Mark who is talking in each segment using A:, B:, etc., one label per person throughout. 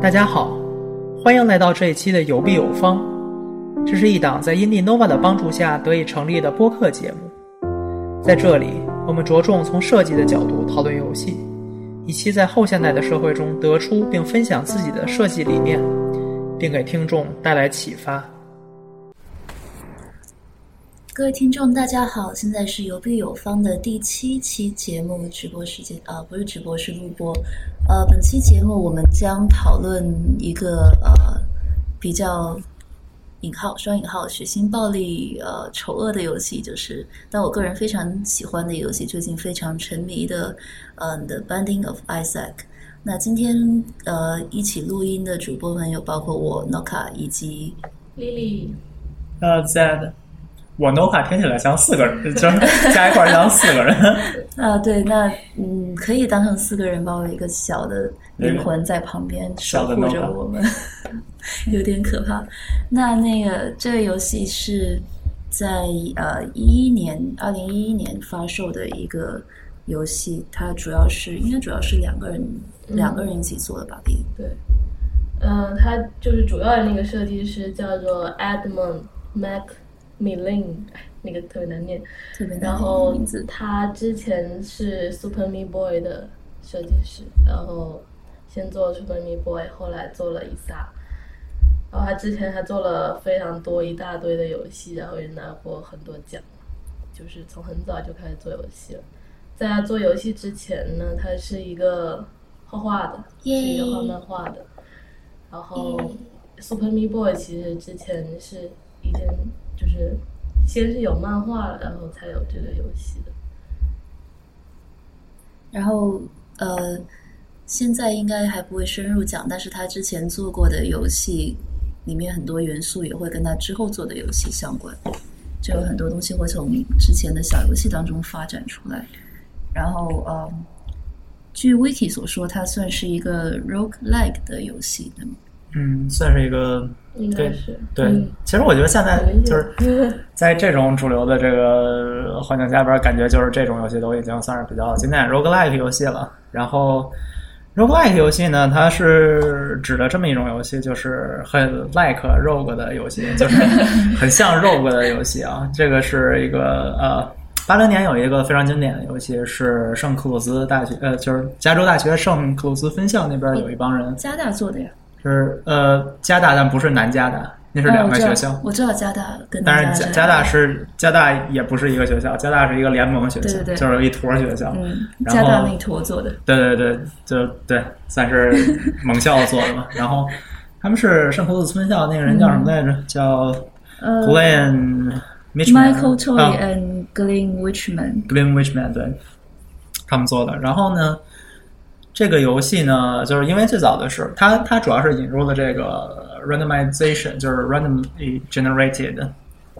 A: 大家好，欢迎来到这一期的有必有方。这是一档在 Indinova 的帮助下得以成立的播客节目。在这里，我们着重从设计的角度讨论游戏，以期在后现代的社会中得出并分享自己的设计理念，并给听众带来启发。
B: 各位听众，大家好，现在是有必有方的第七期节目直播时间，呃，不是直播，是录播。呃，本期节目我们将讨论一个呃比较引号双引号血腥暴力呃丑恶的游戏，就是但我个人非常喜欢的游戏，最近非常沉迷的，嗯、呃、，The Binding of Isaac。那今天呃一起录音的主播们有包括我 Noka 以及
C: Lily，
A: 呃，Zed。我 Noka 听起来像四个人，就是加一块像四个人。
B: 啊，对，那嗯，可以当成四个人吧，我有一个小的灵魂在旁边守护着我们， 有点可怕。那那个这个游戏是在呃一一年，二零一一年发售的一个游戏，它主要是应该主要是两个人、
C: 嗯
B: 两个人一起做的吧？比
C: 对，嗯，它就是主要的那个设计师叫做 Edmund Mac Milin，那个特别难念。
B: 特别
C: 然
B: 难
C: 后
B: 名字，
C: 他之前是 Super Me Boy 的设计师，然后先做 Super Me Boy，后来做了伊萨。然后他之前还做了非常多一大堆的游戏，然后也拿过很多奖，就是从很早就开始做游戏了。在他做游戏之前呢，他是一个画画的，是
B: 耶
C: 一个画漫画的。然后 Super Me Boy 其实之前是已经就是先是有漫画，然后才有这个游戏的。
B: 然后呃，现在应该还不会深入讲，但是他之前做过的游戏里面很多元素也会跟他之后做的游戏相关，就有很多东西会从之前的小游戏当中发展出来。然后呃，据 Wiki 所说，它算是一个 roguelike 的游戏，对吗？
A: 嗯，算是一个
C: 应该是
A: 对。
C: 嗯
A: 其实我觉得现在
C: 很明显
A: 就是在这种主流的这个环境下边儿，感觉就是这种游戏都已经算是比较经典 roguelike 游戏了。然后 roguelike 游戏呢，它是指的这么一种游戏，就是很 like rogue 的游戏，就是很像 rogue 的游戏啊。这个是一个呃，八零年有一个非常经典的游戏是圣克鲁斯大学，呃，就是加州大学圣克鲁斯分校那边有一帮人，
B: 加大做的呀，
A: 是呃加大，但不是南加大，那是
B: 哦
A: 两
B: 我
A: 个
B: 知道
A: 学校。
B: 我知道嗯加大跟
A: 当然，
B: 南
A: 加
B: 是
A: 加大是加大也不是一个学校，加大是一个联盟学校，
B: 对对对
A: 就是一坨学校。
B: 嗯，
A: 然
B: 加大
A: 后
B: 那坨做的，
A: 对对对，就对，算 是盟校做的嘛。然后他们是圣胡斯分校那个人叫什么来着？叫
B: 嗯呃
A: Glenn Mitchman
B: ，Michael 呃 Toy
A: 啊
B: and Glenn Wichman，
A: Glen Wichman 对，他们做的。然后呢，这个游戏呢，就是因为最早的是它，它主要是引入了这个 randomization，就是 randomly generated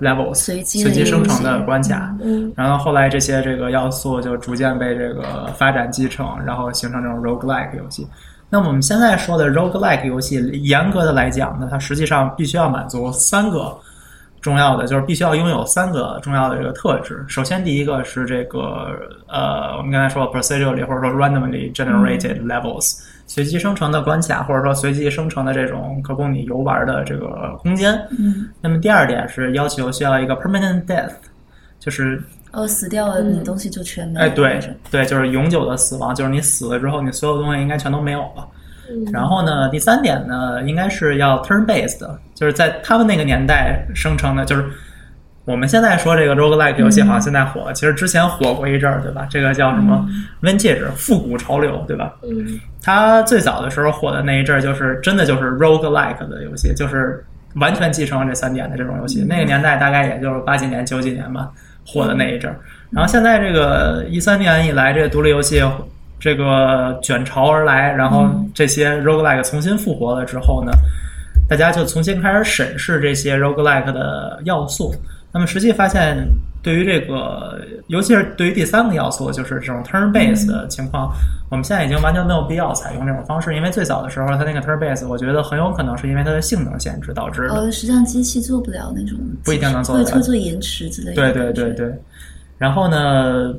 A: levels
B: 随机的
A: 随机生成
B: 游
A: 的
B: 戏
A: 关卡。
C: 嗯，
A: 然后后来这些这个要素就逐渐被这个发展继承，然后形成这种 roguelike 游戏。那我们现在说的 roguelike 游戏，严格的来讲呢，它实际上必须要满足三个重要的，就是必须要拥有三个重要的这个特质。首先，第一个是这个呃，我们刚才说的 procedurally 或者说 randomly generated levels，、随机生成的关卡，或者说随机生成的这种可供你游玩的这个空间。
B: 嗯，
A: 那么第二点是要求需要一个 permanent death，就是
B: 哦，死掉了，
C: 嗯
B: 你东西就全没了。
A: 哎，对对，就是永久的死亡，就是你死了之后，你所有东西应该全都没有了。
C: 嗯
A: 然后呢，第三点呢，应该是要 turn based，的就是在他们那个年代生成的，就是我们现在说这个 roguelike 游戏好像现在火了，其实之前火过一阵儿，对吧？这个叫什么 vintage 复古潮流，对吧？
C: 嗯
A: 它最早的时候火的那一阵儿，就是真的就是 roguelike 的游戏，就是完全继承了这三点的这种游戏。那个年代大概也就是八几年、九几年吧，火的那一阵儿。然后现在这个一三年以来，这个独立游戏这个卷潮而来，然后这些 roguelike 重新复活了之后呢，大家就重新开始审视这些 roguelike 的要素。那么实际发现，对于这个，尤其是对于第三个要素，就是这种 turn base 的情况，我们现在已经完全没有必要采用这种方式，因为最早的时候，它那个 turn base，我觉得很有可能是因为它的性能限制导致的。
B: 哦，实际上机器做不了那种，
A: 不一定能做得
B: 会
A: 了
B: 会做延迟之类
A: 对
B: 的。
A: 对对。对。然后呢，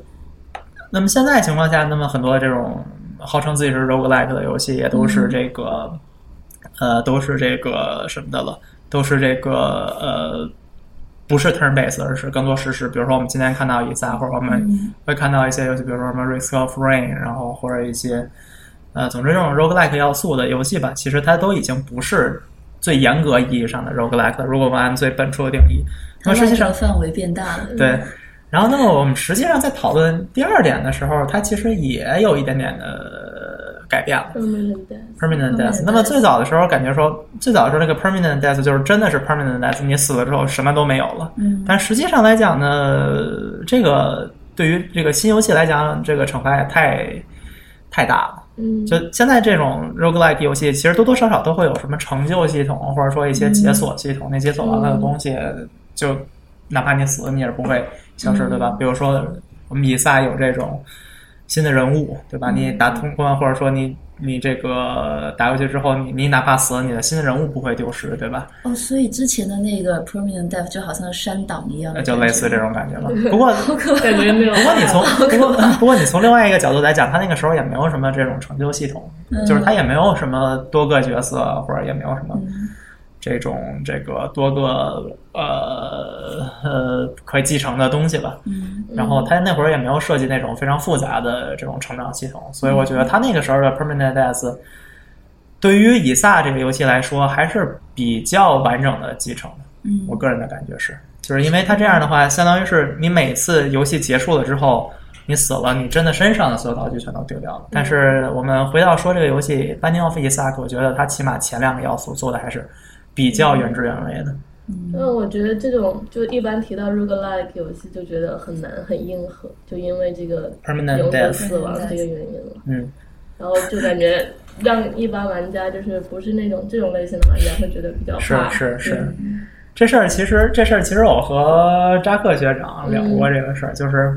A: 那么现在情况下，那么很多这种号称自己是 roguelike 的游戏，也都是这个呃，都是这个什么的了，都是这个呃，不是 turn base，而是更多实时。比如说我们今天看到以撒，或者我们会看到一些游戏，比如说什么 Risk of Rain，然后或者一些呃，总之这种 roguelike 要素的游戏吧，其实它都已经不是最严格意义上的 roguelike 了。如果我们按最本初的定义，
B: 它
A: 那么实际上
B: 的范围变大了。
A: 对，然后那么我们实际上在讨论第二点的时候，它其实也有一点点的改变了。
C: permanent death，
A: permanent death。
B: death
A: 那么最早的时候，感觉说最早的时候那个 permanent death 就是真的是 permanent death，你死了之后什么都没有了。
B: 嗯
A: 但实际上来讲呢，这个对于这个新游戏来讲，这个惩罚也太太大了。
C: 嗯，
A: 就现在这种 roguelike 游戏，其实多多少少都会有什么成就系统，或者说一些解锁系统。那解锁完了的东西，
B: 嗯
A: 就哪怕你死了，你也是不会消失，对吧？
B: 嗯
A: 比如说我们以撒有这种新的人物，对吧？你打通关，或者说你你这个打过去之后，你你哪怕死了，你的新的人物不会丢失，对吧？
B: 哦，所以之前的那个 permanent death 就好像山挡一样
A: 那
B: 的感觉，
A: 就类似这种感觉 了。不过
C: 感觉没有。
A: 不过你
B: 啊
A: 从不过不过你从另外一个角度来讲，他那个时候也没有什么这种成就系统，
B: 嗯
A: 就是他也没有什么多个角色，或者也没有什么
B: 嗯
A: 这种这个多个呃呃可以继承的东西吧。
B: 嗯
A: 然后他那会儿也没有设计那种非常复杂的这种成长系统，所以我觉
B: 嗯
A: 得他那个时候的 Permanent Death 对于以撒这个游戏来说还是比较完整的继承的。
B: 嗯
A: 我个人的感觉是，就是因为它这样的话，相当于是你每次游戏结束了之后，你死了，你真的身上的所有道具全都丢掉了。但
B: 嗯
A: 是我们回到说这个游戏《Binding of Isaac》，我觉得它起码前两个要素做的还是比较
B: 嗯
A: 原汁原味的。
C: 因为嗯我觉得这种就一般提到 roguelike 游戏就觉得很难很硬核，就因为这个
A: Permanent
C: 永久
A: death
C: 死亡这个原因了，
A: 嗯，
C: 然后就感觉让一般玩家就是不是那种这种类型的玩家会觉得比较
A: 是
C: 怕，
A: 是是。这事儿其实，这事儿其实我和扎克学长聊过这个事儿，就是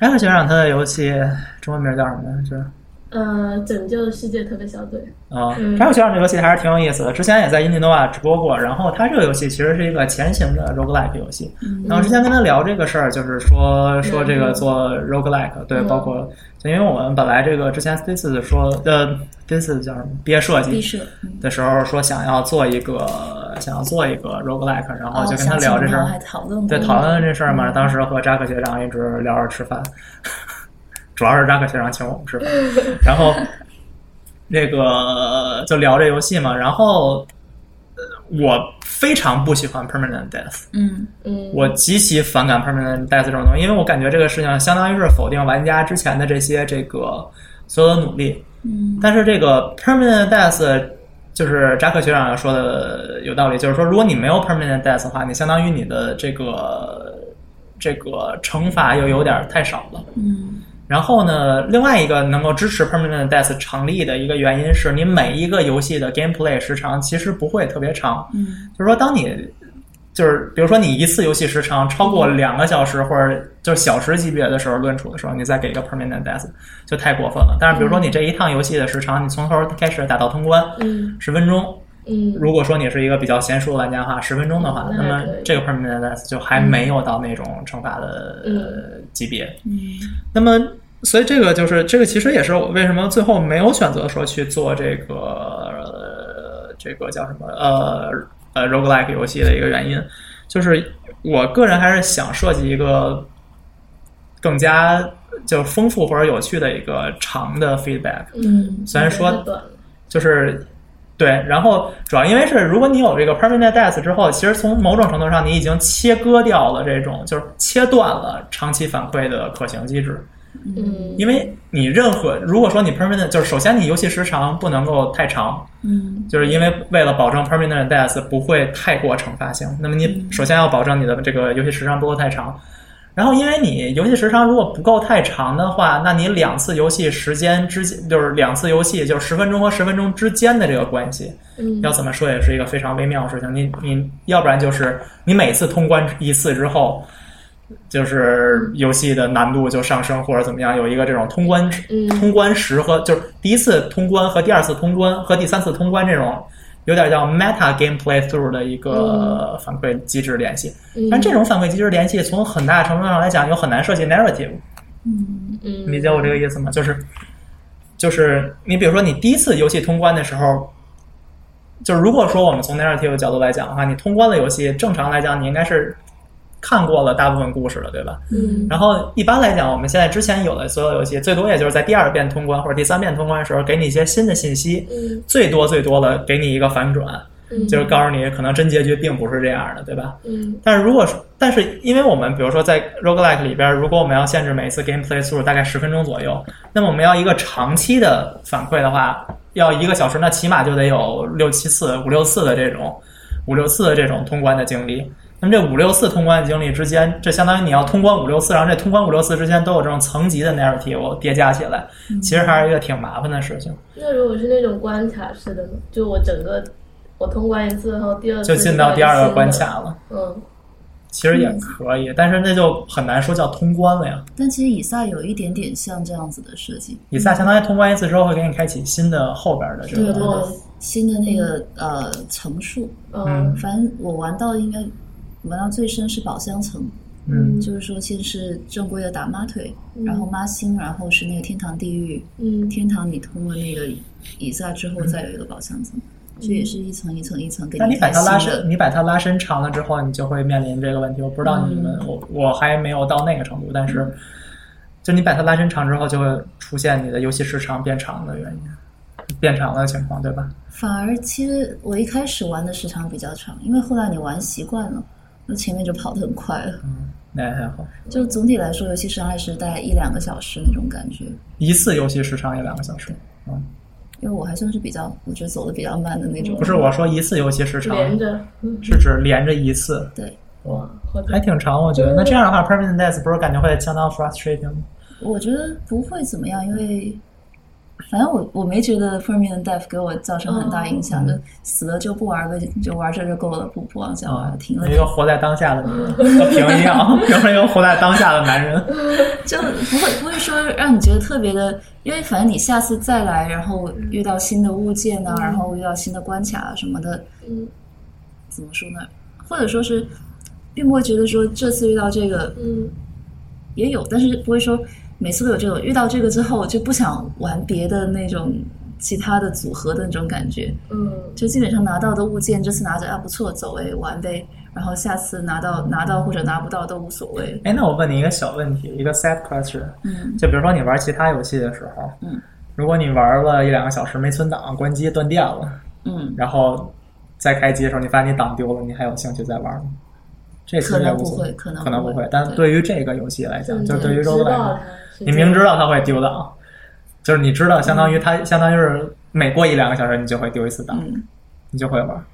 A: 扎克学长他的游戏中文名叫什么呀？就是
C: 呃，拯救世界特别小队，
A: 啊，
C: 嗯
A: 战术学长这游戏还是挺有意思的。之前也在印度诺瓦直播过，然后它这个游戏其实是一个前行的 roguelike 游戏。然后之前跟他聊这个事儿，就是说说这个做 roguelike，对，
C: 嗯
A: 包括就因为我们本来这个之前 This 说呃 This 叫什么毕业设
B: 毕
A: 计
B: 设，嗯
A: 的时候说想要做一个想要做一个 roguelike，然后就跟他
B: 哦
A: 聊这
B: 想
A: 事
B: 起我
A: 儿
B: 们，还讨论过，
A: 对，讨论这事儿嘛，当时和扎克学长一直聊着吃饭， 主要是扎克学长请我们吃饭，然后那个就聊这游戏嘛，然后呃我非常不喜欢 permanent death，
B: 嗯
C: 嗯，
A: 我极其反感 permanent death 这种东西，因为我感觉这个事情相当于是否定玩家之前的这些这个所有的努力，
B: 嗯
A: 但是这个 permanent death 就是扎克学长说的有道理，就是说如果你没有 permanent death 的话，你相当于你的这个这个惩罚又有点太少了。
B: 嗯
A: 然后呢，另外一个能够支持 permanent death 成立的一个原因是你每一个游戏的 gameplay 时长其实不会特别长，
B: 嗯
A: 就是说当你就是比如说你一次游戏时长超过两个小时或者就是小时级别的时候论处的时候，你再给一个 permanent death 就太过分了。但是比如说你这一趟游戏的时长，你从头开始打到通关
C: 嗯
A: 十分钟，
C: 嗯
A: 如果说你是一个比较娴熟的玩家的话，十分钟的话，
C: 嗯
A: 那
C: 那还
A: 么
C: 可以
A: 这个 permanent death 就还没有到那种惩罚的呃
C: 嗯
A: 级别。
B: 嗯
A: 那么，所以这个就是这个，其实也是我为什么最后没有选择说去做这个、呃、这个叫什么呃呃 roguelike 游戏的一个原因，就是我个人还是想设计一个更加就是丰富或者有趣的一个长的 feedback，
B: 嗯
A: 虽然说
C: 太短了，
A: 就是。对，然后主要因为是，如果你有这个 permanent death 之后，其实从某种程度上，你已经切割掉了这种，就是切断了长期反馈的可行机制。
C: 嗯，
A: 因为你任何如果说你 permanent 就是首先你游戏时长不能够太长，
B: 嗯
A: 就是因为为了保证 permanent death 不会太过惩罚性，那么你首先要保证你的这个游戏时长不够太长。然后，因为你游戏时长如果不够太长的话，那你两次游戏时间之间，就是两次游戏就是十分钟和十分钟之间的这个关系，
C: 嗯
A: 要怎么说也是一个非常微妙的事情。你你要不然就是你每次通关一次之后，就是游戏的难度就上升或者怎么样，有一个这种通关
C: 嗯
A: 通关时和就是第一次通关和第二次通关和第三次通关这种。有点叫 meta gameplay through 的一个反馈机制联系，
C: 嗯
A: 但这种反馈机制联系从很大程度上来讲又很难设计 narrative，
B: 嗯
C: 嗯
A: 理解我这个意思吗？就是，就是你比如说你第一次游戏通关的时候，就是如果说我们从 narrative 的角度来讲的话，你通关了游戏，正常来讲你应该是看过了大部分故事了，对吧？
C: 嗯
A: 然后一般来讲，我们现在之前有的所有游戏，最多也就是在第二遍通关或者第三遍通关的时候，给你一些新的信息，
C: 嗯
A: 最多最多的给你一个反转，
C: 嗯，
A: 就是告诉你可能真结局并不是这样的，对吧？
C: 嗯
A: 但是如果说，但是因为我们比如说在 roguelike 里边，如果我们要限制每一次 gameplay 速度大概十分钟左右，那么我们要一个长期的反馈的话，要一个小时，那起码就得有六七次、五六次的这种五六次的这种通关的经历。那么这五六次通关的经历之间，这相当于你要通关五六次，然后这通关五六次之间都有这种层级的 narrative 叠加起来，其实还是一个挺麻烦的事情。
C: 那如果是那种关卡式的呢？就我整个我通关一次，然后第二次
A: 就进到第二个关
C: 新的，
A: 卡了，
C: 嗯
A: 其实也可以，但是那就很难说叫通关了呀。
B: 但其实以撒有一点点像这样子的设计，
A: 比赛相当于通关一次之后会给你开启新的后边的这
B: 对对
A: 个，
C: 哦
B: 对，新的那个呃层数，
C: 嗯
B: 反正我玩到应该玩到最深是宝箱层，
A: 嗯，
B: 就是说先是正规的打妈腿，
C: 嗯
B: 然后妈星，然后是那个天堂地狱，
C: 嗯
B: 天堂你通过那个以撒之后再有一个宝箱层，这也是一层一层一层给
A: 嗯但你把
B: 开
A: 它
B: 新
A: 拉
B: 的
A: 伸，。你把它拉伸长了之后，你就会面临这个问题。我不知道你
B: 嗯
A: 们，我我还没有到那个程度，但是就你把它拉伸长之后，就会出现你的游戏时长变长的原因，变长的情况，对吧？
B: 反而其实我一开始玩的时长比较长，因为后来你玩习惯了，那前面就跑得很快了。
A: 嗯那也还好，
B: 就总体来说，游戏时长还是大概一两个小时那种感觉。
A: 一次游戏时长也两个小时，嗯，
B: 因为我还算是比较，我觉得走的比较慢的那种。
A: 不是我说一次游戏时长
C: 连着，嗯
A: 是指连着一次，
B: 对，
C: 哇，好的
A: 还挺长，我觉得。那这样的话，permanent death 不是感觉会相当 frustrating 吗？
B: 我觉得不会怎么样，因为反正我我没觉得 Permanent Death 给我造成很大影响，就死了就不玩呗，就玩这就够了，不不往下玩了，停了
A: 一，个活在当下的女人，和平 一样，平是一个活在当下的男人。
B: 就不会不会说让你觉得特别的，因为反正你下次再来，然后遇到新的物件啊，然后遇到新的关卡啊什么的，
C: 嗯
B: 怎么说呢？或者说是，并不会觉得说这次遇到这个
C: 嗯
B: 也有，但是不会说每次都有这种遇到这个之后就不想玩别的那种其他的组合的那种感觉。
C: 嗯
B: 就基本上拿到的物件，这次拿着啊不错，走哎玩呗，然后下次拿到拿到或者拿不到都无所谓。
A: 哎，那我问你一个小问题，一个 sad question，
B: 嗯，
A: 就比如说你玩其他游戏的时候，
B: 嗯，
A: 如果你玩了一两个小时没存档，关机断电了，
B: 嗯，
A: 然后再开机的时候你发现你档丢了，你还有兴趣再玩吗？这其实也无所谓
B: 可能不会
A: 可能
B: 可能不会
A: 但对于这个游戏来讲，就对于 r
C: 嗯知
A: o g
C: 道
A: 来讲，
C: 它是
A: 你
C: 这
A: 明
C: 样
A: 知道它会丢档，就是你知道，相当于它、相当于是每过一两个小时你就会丢一次档，
B: 嗯
A: 你就会玩。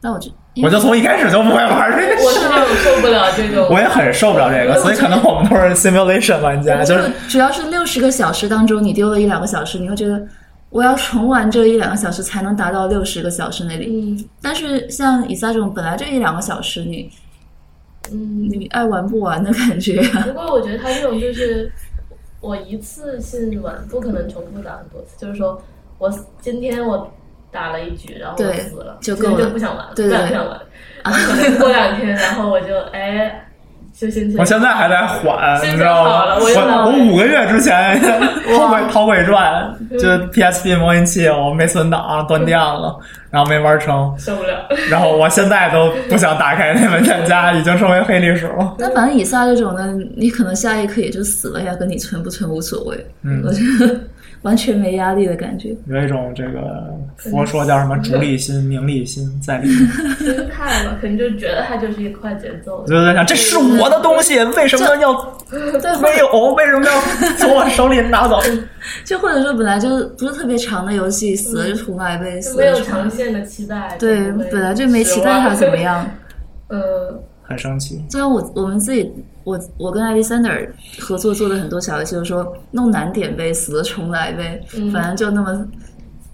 B: 但我觉
A: 我就从一开始就不会玩这个。
C: 我是那种受不了这种，
A: 我也很受不了这个，所以可能我们都是 simulation 玩家，就是
B: 主要是六十个小时当中，你丢了一两个小时，你会觉得我要重玩这一两个小时才能达到六十个小时那里。
C: 嗯
B: 但是像以撒这种本来就一两个小时，你
C: 嗯。
B: 你爱玩不玩的感 觉、啊。
C: 不过我觉得他这种就是我一次性玩，不可能重复打很多次。就是说我今天我打了一局，然后我
B: 对
C: 死了，
B: 就
C: 今天
B: 够了
C: 就不想玩了，
B: 对
C: 不
B: 对啊
C: 想不想玩。然后可能过两天，然后我就哎，就心情
A: 我现在还在缓，
C: 现在
A: 你知道
C: 好
A: 吗？
C: 了我也
A: 我
C: 好了
A: 我五个月之前偷鬼偷鬼传，
C: 嗯
A: 就 PSP 模拟器，我没存档，断电了，然后没玩成，
C: 受不了。
A: 然后我现在都不想打开那文件夹，已经成为黑历史了。
B: 那反正以撒这种呢，你可能下一刻也就死了呀，跟你存不存无所谓。
A: 嗯
B: 我觉得 完全没压力的感觉。
A: 有一种这个佛说叫什么逐利心、名利心在里面，
C: 心态嘛，可能就觉得它就是一块节奏
A: 我。就在想，这是我的东西，为什么要
B: 对，或
A: 没有？为什么要从我手里拿走？
B: 就或者说本来就不是特别长的游戏，死了就重来呗，
C: 嗯就
B: 死
C: 没
B: 了
C: 有
B: 就重来
C: 长线的期待，
B: 对，
C: 不会
B: 本来就没期待它怎么样。
C: 失望。嗯
A: 很生气，
B: 虽然我我们自己，我我跟 Alexander 合作做的很多小游戏，就说弄难点呗，死了重来呗，
C: 嗯
B: 反正就那么，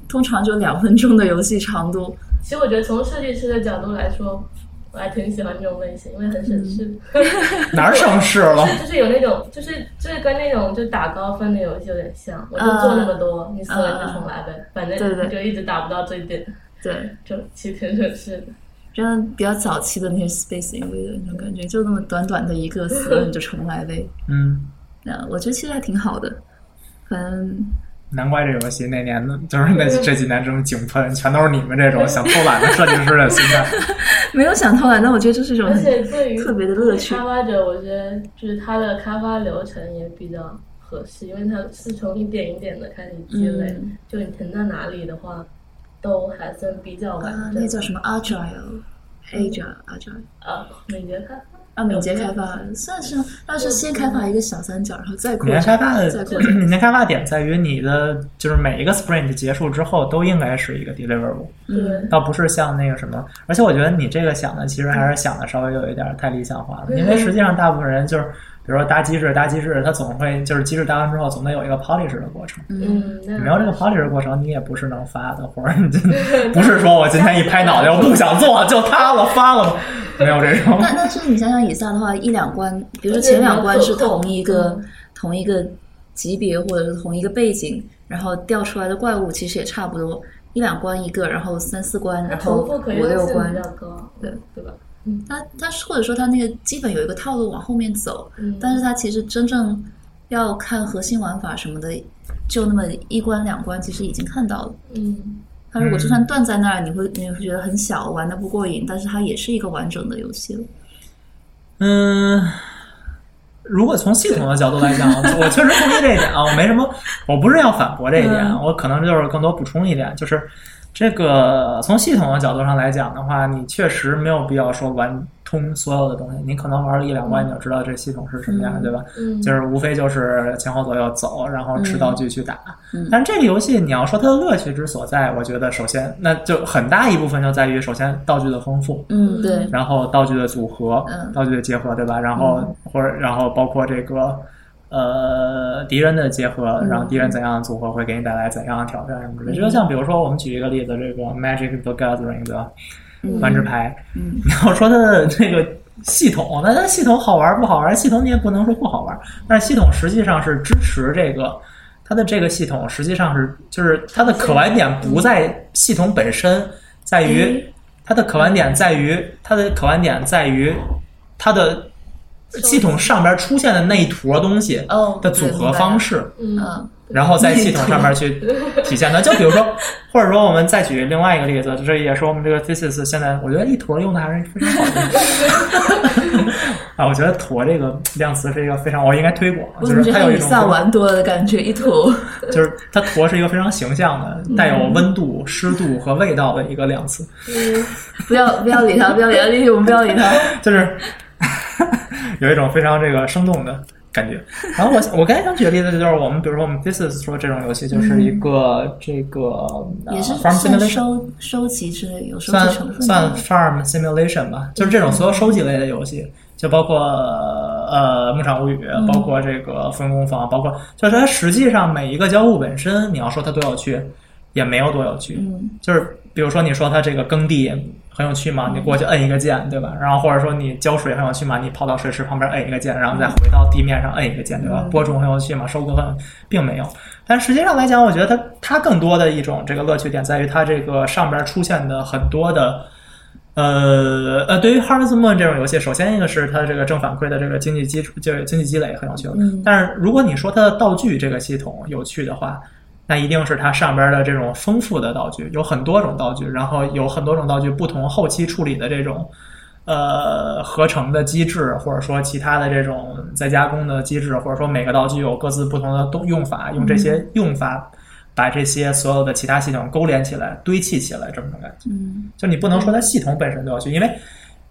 B: 通常就两分钟的游戏长度。
C: 其实我觉得从设计师的角度来说，我还挺喜欢这种类型，因为很省事。
B: 嗯
A: 哪儿省事了？
C: 就是有那种，就是就是跟那种就打高分的游戏有点像，我就做那么多，你死了就重来呗，反
B: 对
C: 正
B: 对
C: 你就一直打不到最顶，
B: 对，
C: 就其实挺省事的。
B: 真的比较早期的那些 Space Invaders 那种感觉，就那么短短的一个死了你就重来呗。
A: 嗯。
B: 那我觉得其实还挺好的，反正
A: 难怪这游戏那年的就是那这几年这么井喷，全都是你们这种想偷懒的设计师的心态。
D: 没有想
B: 啊
D: 偷懒，但我觉得这是一种
C: 而
D: 很
C: 且对于
D: 特别的乐趣。
C: 开发者，我觉得就是它的开发流程也比较合适，因为它是从一点一点的开始积累，
B: 嗯
C: 就你停在哪里的话，都还算比较完
D: 啊，
C: 整。
D: 那叫什么 Agile，Agile，Agile
C: 啊，敏捷开发，
D: 啊，敏捷开发算是，但是先开发一个小三角，然后再扩
A: 你的开
D: 展
A: 发，
D: 再
A: 的
D: 扩 展。
A: 你的开发点在于你的就是每一个 sprint 结束之后都应该是一个 deliverable，
C: 对，
A: 倒不是像那个什么。而且我觉得你这个想的其实还是想的稍微有一点太理想化了，因为实际上大部分人就是比如说搭机制搭机制，它总会就是机制搭完之后总得有一个 polish 的过程。
C: 嗯，那
A: 你没有这个
C: 还
A: polish 的过程，你也不是能发的活儿，你真的 不是说我今天一拍脑袋我不想做就它了发了，没有这种。
B: 但但是你想想以下的话，一两关，比如说
C: 而且
B: 前两关
C: 比较
B: 是
C: 可控
B: 同一个同一个级别或者是同一个背景，然后调出来的怪物其实也差不多，一两关一个，然后三四关，然后
C: 重复可
B: 五
C: 用
B: 六
C: 性
B: 关
C: 比，较高，对对吧？
B: 它它是或者说它那个基本有一个套路往后面走，
C: 嗯
B: 但是它其实真正要看核心玩法什么的，就那么一关两关，其实已经看到了。
C: 嗯，
B: 它如果就算断在那儿，你会你会觉得很小，玩的不过瘾，但是它也是一个完整的游戏了。
A: 嗯，如果从系统的角度来 讲，我确实同意这一点啊，我没什么，我不是要反驳这一点，啊
C: 嗯
A: 我可能就是更多补充一点，就是这个从系统的角度上来讲的话，你确实没有必要说玩通所有的东西，你可能玩了一两关你就知道这系统是什么样，对吧？
C: 嗯
A: 就是无非就是前后左右走，然后吃道具去打。
B: 嗯
A: 但这个游戏你要说它的乐趣之所在，我觉得首先那就很大一部分就在于首先道具的丰富，
B: 嗯，对，
A: 然后道具的组合，
B: 嗯
A: 道具的结合，对吧？然后、或者然后包括这个呃敌人的结合，然后敌人怎样的组合会给你带来怎样的挑战什么之类的。就像比如说，我们举一个例子，这个 Magic the Gathering 对吧？繁殖牌，
B: 嗯
A: 你要说它的这个系统，那它系统好玩不好玩？系统你也不能说不好玩，但是系统实际上是支持这个。它的这个系统实际上是，就是它的可玩点不在系统本身，在于它的可玩点在于它的可玩点在于它的系统上边出现的那一坨东西
B: 哦
A: 的组合方，式。
C: 嗯
B: 嗯
A: 然后在系统上 面去体现它。就比如说， 或者说我们再举另外一个例子，这也是我们这个 thesis 现在我觉得一坨用的还是非常好的。 啊，我觉得“坨”这个量词是一个非常，我应该推广，
B: 我
A: 就
B: 怎么觉
A: 是它
B: 得
A: 有
B: 和
A: 一
B: 以
A: 种
B: 撒玩多了的感觉，一坨。
A: 就是它“坨”是一个非常形象
B: 嗯
A: 的、带有温度、湿度和味道的一个量词，
B: 不要不要理他，不要理他，丽丽，我们不要 理他。
A: 就是有一种非常这个生动的。感觉，然后我我 刚才想举的例子就是我们，比如说我们 thesis 说这种游戏就是一个这个、呃、
B: 也是
A: farm
B: 算
A: simulation
B: 收收集之类，有收集成
A: 算
B: 分
A: 算
B: 的。
A: farm simulation 吧，就是
B: 嗯
A: 这种所有收集类的游戏，就包括呃《牧场物语》，
B: 嗯
A: 包括这个分工坊，包括就是它实际上每一个交互本身，你要说它多有趣，也没有多有趣。
B: 嗯
A: 就是比如说你说它这个耕地很有趣嘛，你过去摁一个键，对吧？然后或者说你浇水很有趣嘛，你跑到水池旁边摁一个键，然后再回到地面上摁一个键，对
B: 嗯
A: 吧？播种很有趣嘛，收割很并没有。但实际上来讲，我觉得它它更多的一种这个乐趣点在于它这个上边出现的很多的。呃呃，对于 Harvest Moon 这种游戏，首先一个是它这个正反馈的这个经济基础，就是经济积累很有趣。
B: 嗯
A: 但是如果你说它的道具这个系统有趣的话，那一定是它上边的这种丰富的道具，有很多种道具，然后有很多种道具不同后期处理的这种呃合成的机制，或者说其他的这种再加工的机制，或者说每个道具有各自不同的动用法，用这些用法把这些所有的其他系统勾连起来、堆砌起来，这么种感觉。
B: 嗯
A: 就你不能说它系统本身都要去，因为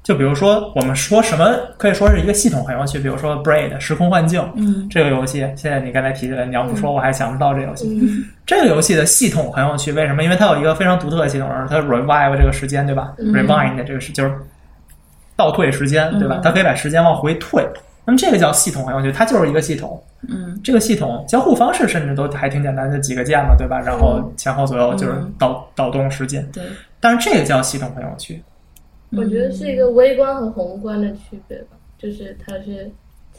A: 就比如说我们说什么可以说是一个系统很有趣，比如说 Braid 时空幻境，
B: 嗯
A: 这个游戏，现在你刚才提起来，你要不说我还想不到这游戏。
C: 嗯
A: 这个游戏的系统很有趣，为什么？因为它有一个非常独特的系统，然后它 revive 这个时间，对吧、
C: 嗯
A: r e v i n d 这个是就是倒退时间，对吧？
B: 嗯
A: 它可以把时间往回退。那么这个叫系统很有趣，它就是一个系统。
B: 嗯
A: 这个系统交互方式甚至都还挺简单，就几个键嘛，对吧？然后前后左右就是
B: 嗯
A: 倒、倒动时间。
B: 对，
A: 但是这个叫系统很有趣，
C: 我觉得是一个微观和宏观的区别吧，就是它是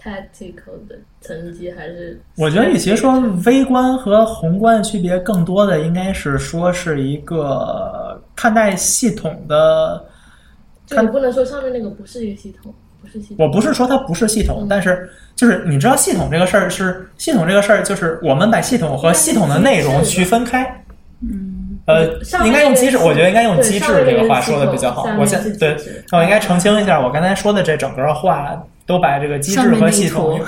C: tactical 的层级还是？
A: 我觉得，与其说微观和宏观的区别，更多的应该是说是一个看待系统的
C: 就你不能说上面那个不是一个系统，不是系统，
A: 我不是说它不是系
C: 嗯
A: 统，但是就是你知道系统这个事儿是系统这个事儿，就是我们把系统和系统的内容区分开。嗯，
C: 上
A: 呃，
C: 面
A: 应该用
C: 那个
A: 机制，
C: 是
A: 我觉得应该用
C: 对
A: 机制
C: 上面
A: 这
C: 那
A: 个
C: 个
A: 话
C: 是
A: 说的比
C: 系
A: 较
C: 统
A: 好
C: 下。
A: 我
C: 面
A: 现
C: 是机
A: 对
C: 制，嗯
A: 那我应该澄清一下，我刚才说的这整个话都把这个机
D: 上
A: 制
D: 面
A: 和
D: 那一
A: 系统
D: 坨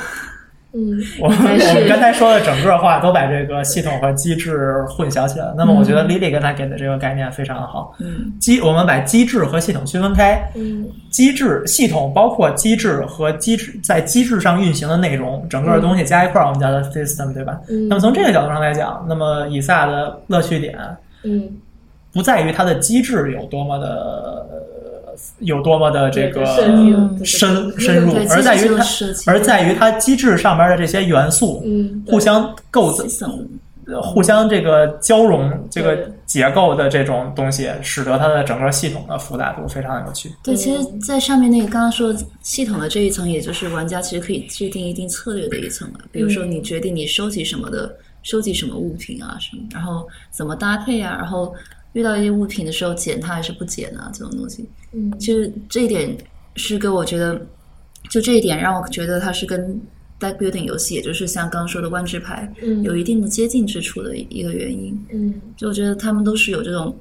C: 嗯，
A: 我们 我们刚才说的整个话都把这个系统和机制混淆起来了。那么我
C: 嗯
A: 觉得 Lily 跟他给的这个概念非常好。
B: 嗯，
A: 机我们把机制和系统区分开。
C: 嗯，
A: 机制系统包括机制和机制在机制上运行的内容，整个东西加一块儿，我们叫做 system，对吧？
C: 嗯
A: 那么从这个角度上来讲，那么以撒的乐趣点
C: 嗯，
A: 不在于它的机制有多么的呃有多么的这个
C: 对设计有这个
A: 深深入
D: 对，
A: 而在于
D: 机制
A: 它
D: 设计
A: 而在于它机制上面的这些元素
C: 嗯，对
A: 互相构造、呃互相这个交融、这个
C: 对
A: 结构的这种东西，使得它的整个系统的复杂度非常有趣。
B: 对，其实，在上面那个刚刚说系统的这一层，也就是玩家其实可以制定一定策略的一层了。比如说，你决定你收集什么的，收集什么物品啊什么，然后怎么搭配啊，然后遇到一些物品的时候捡它还是不捡啊，这种东西。
C: 嗯，
B: 就是这一点是跟我觉得，就这一点让我觉得它是跟 deck building 游戏，也就是像刚刚说的万智牌，
C: 嗯
B: 有一定的接近之处的一个原因。
C: 嗯，
B: 就我觉得他们都是有这种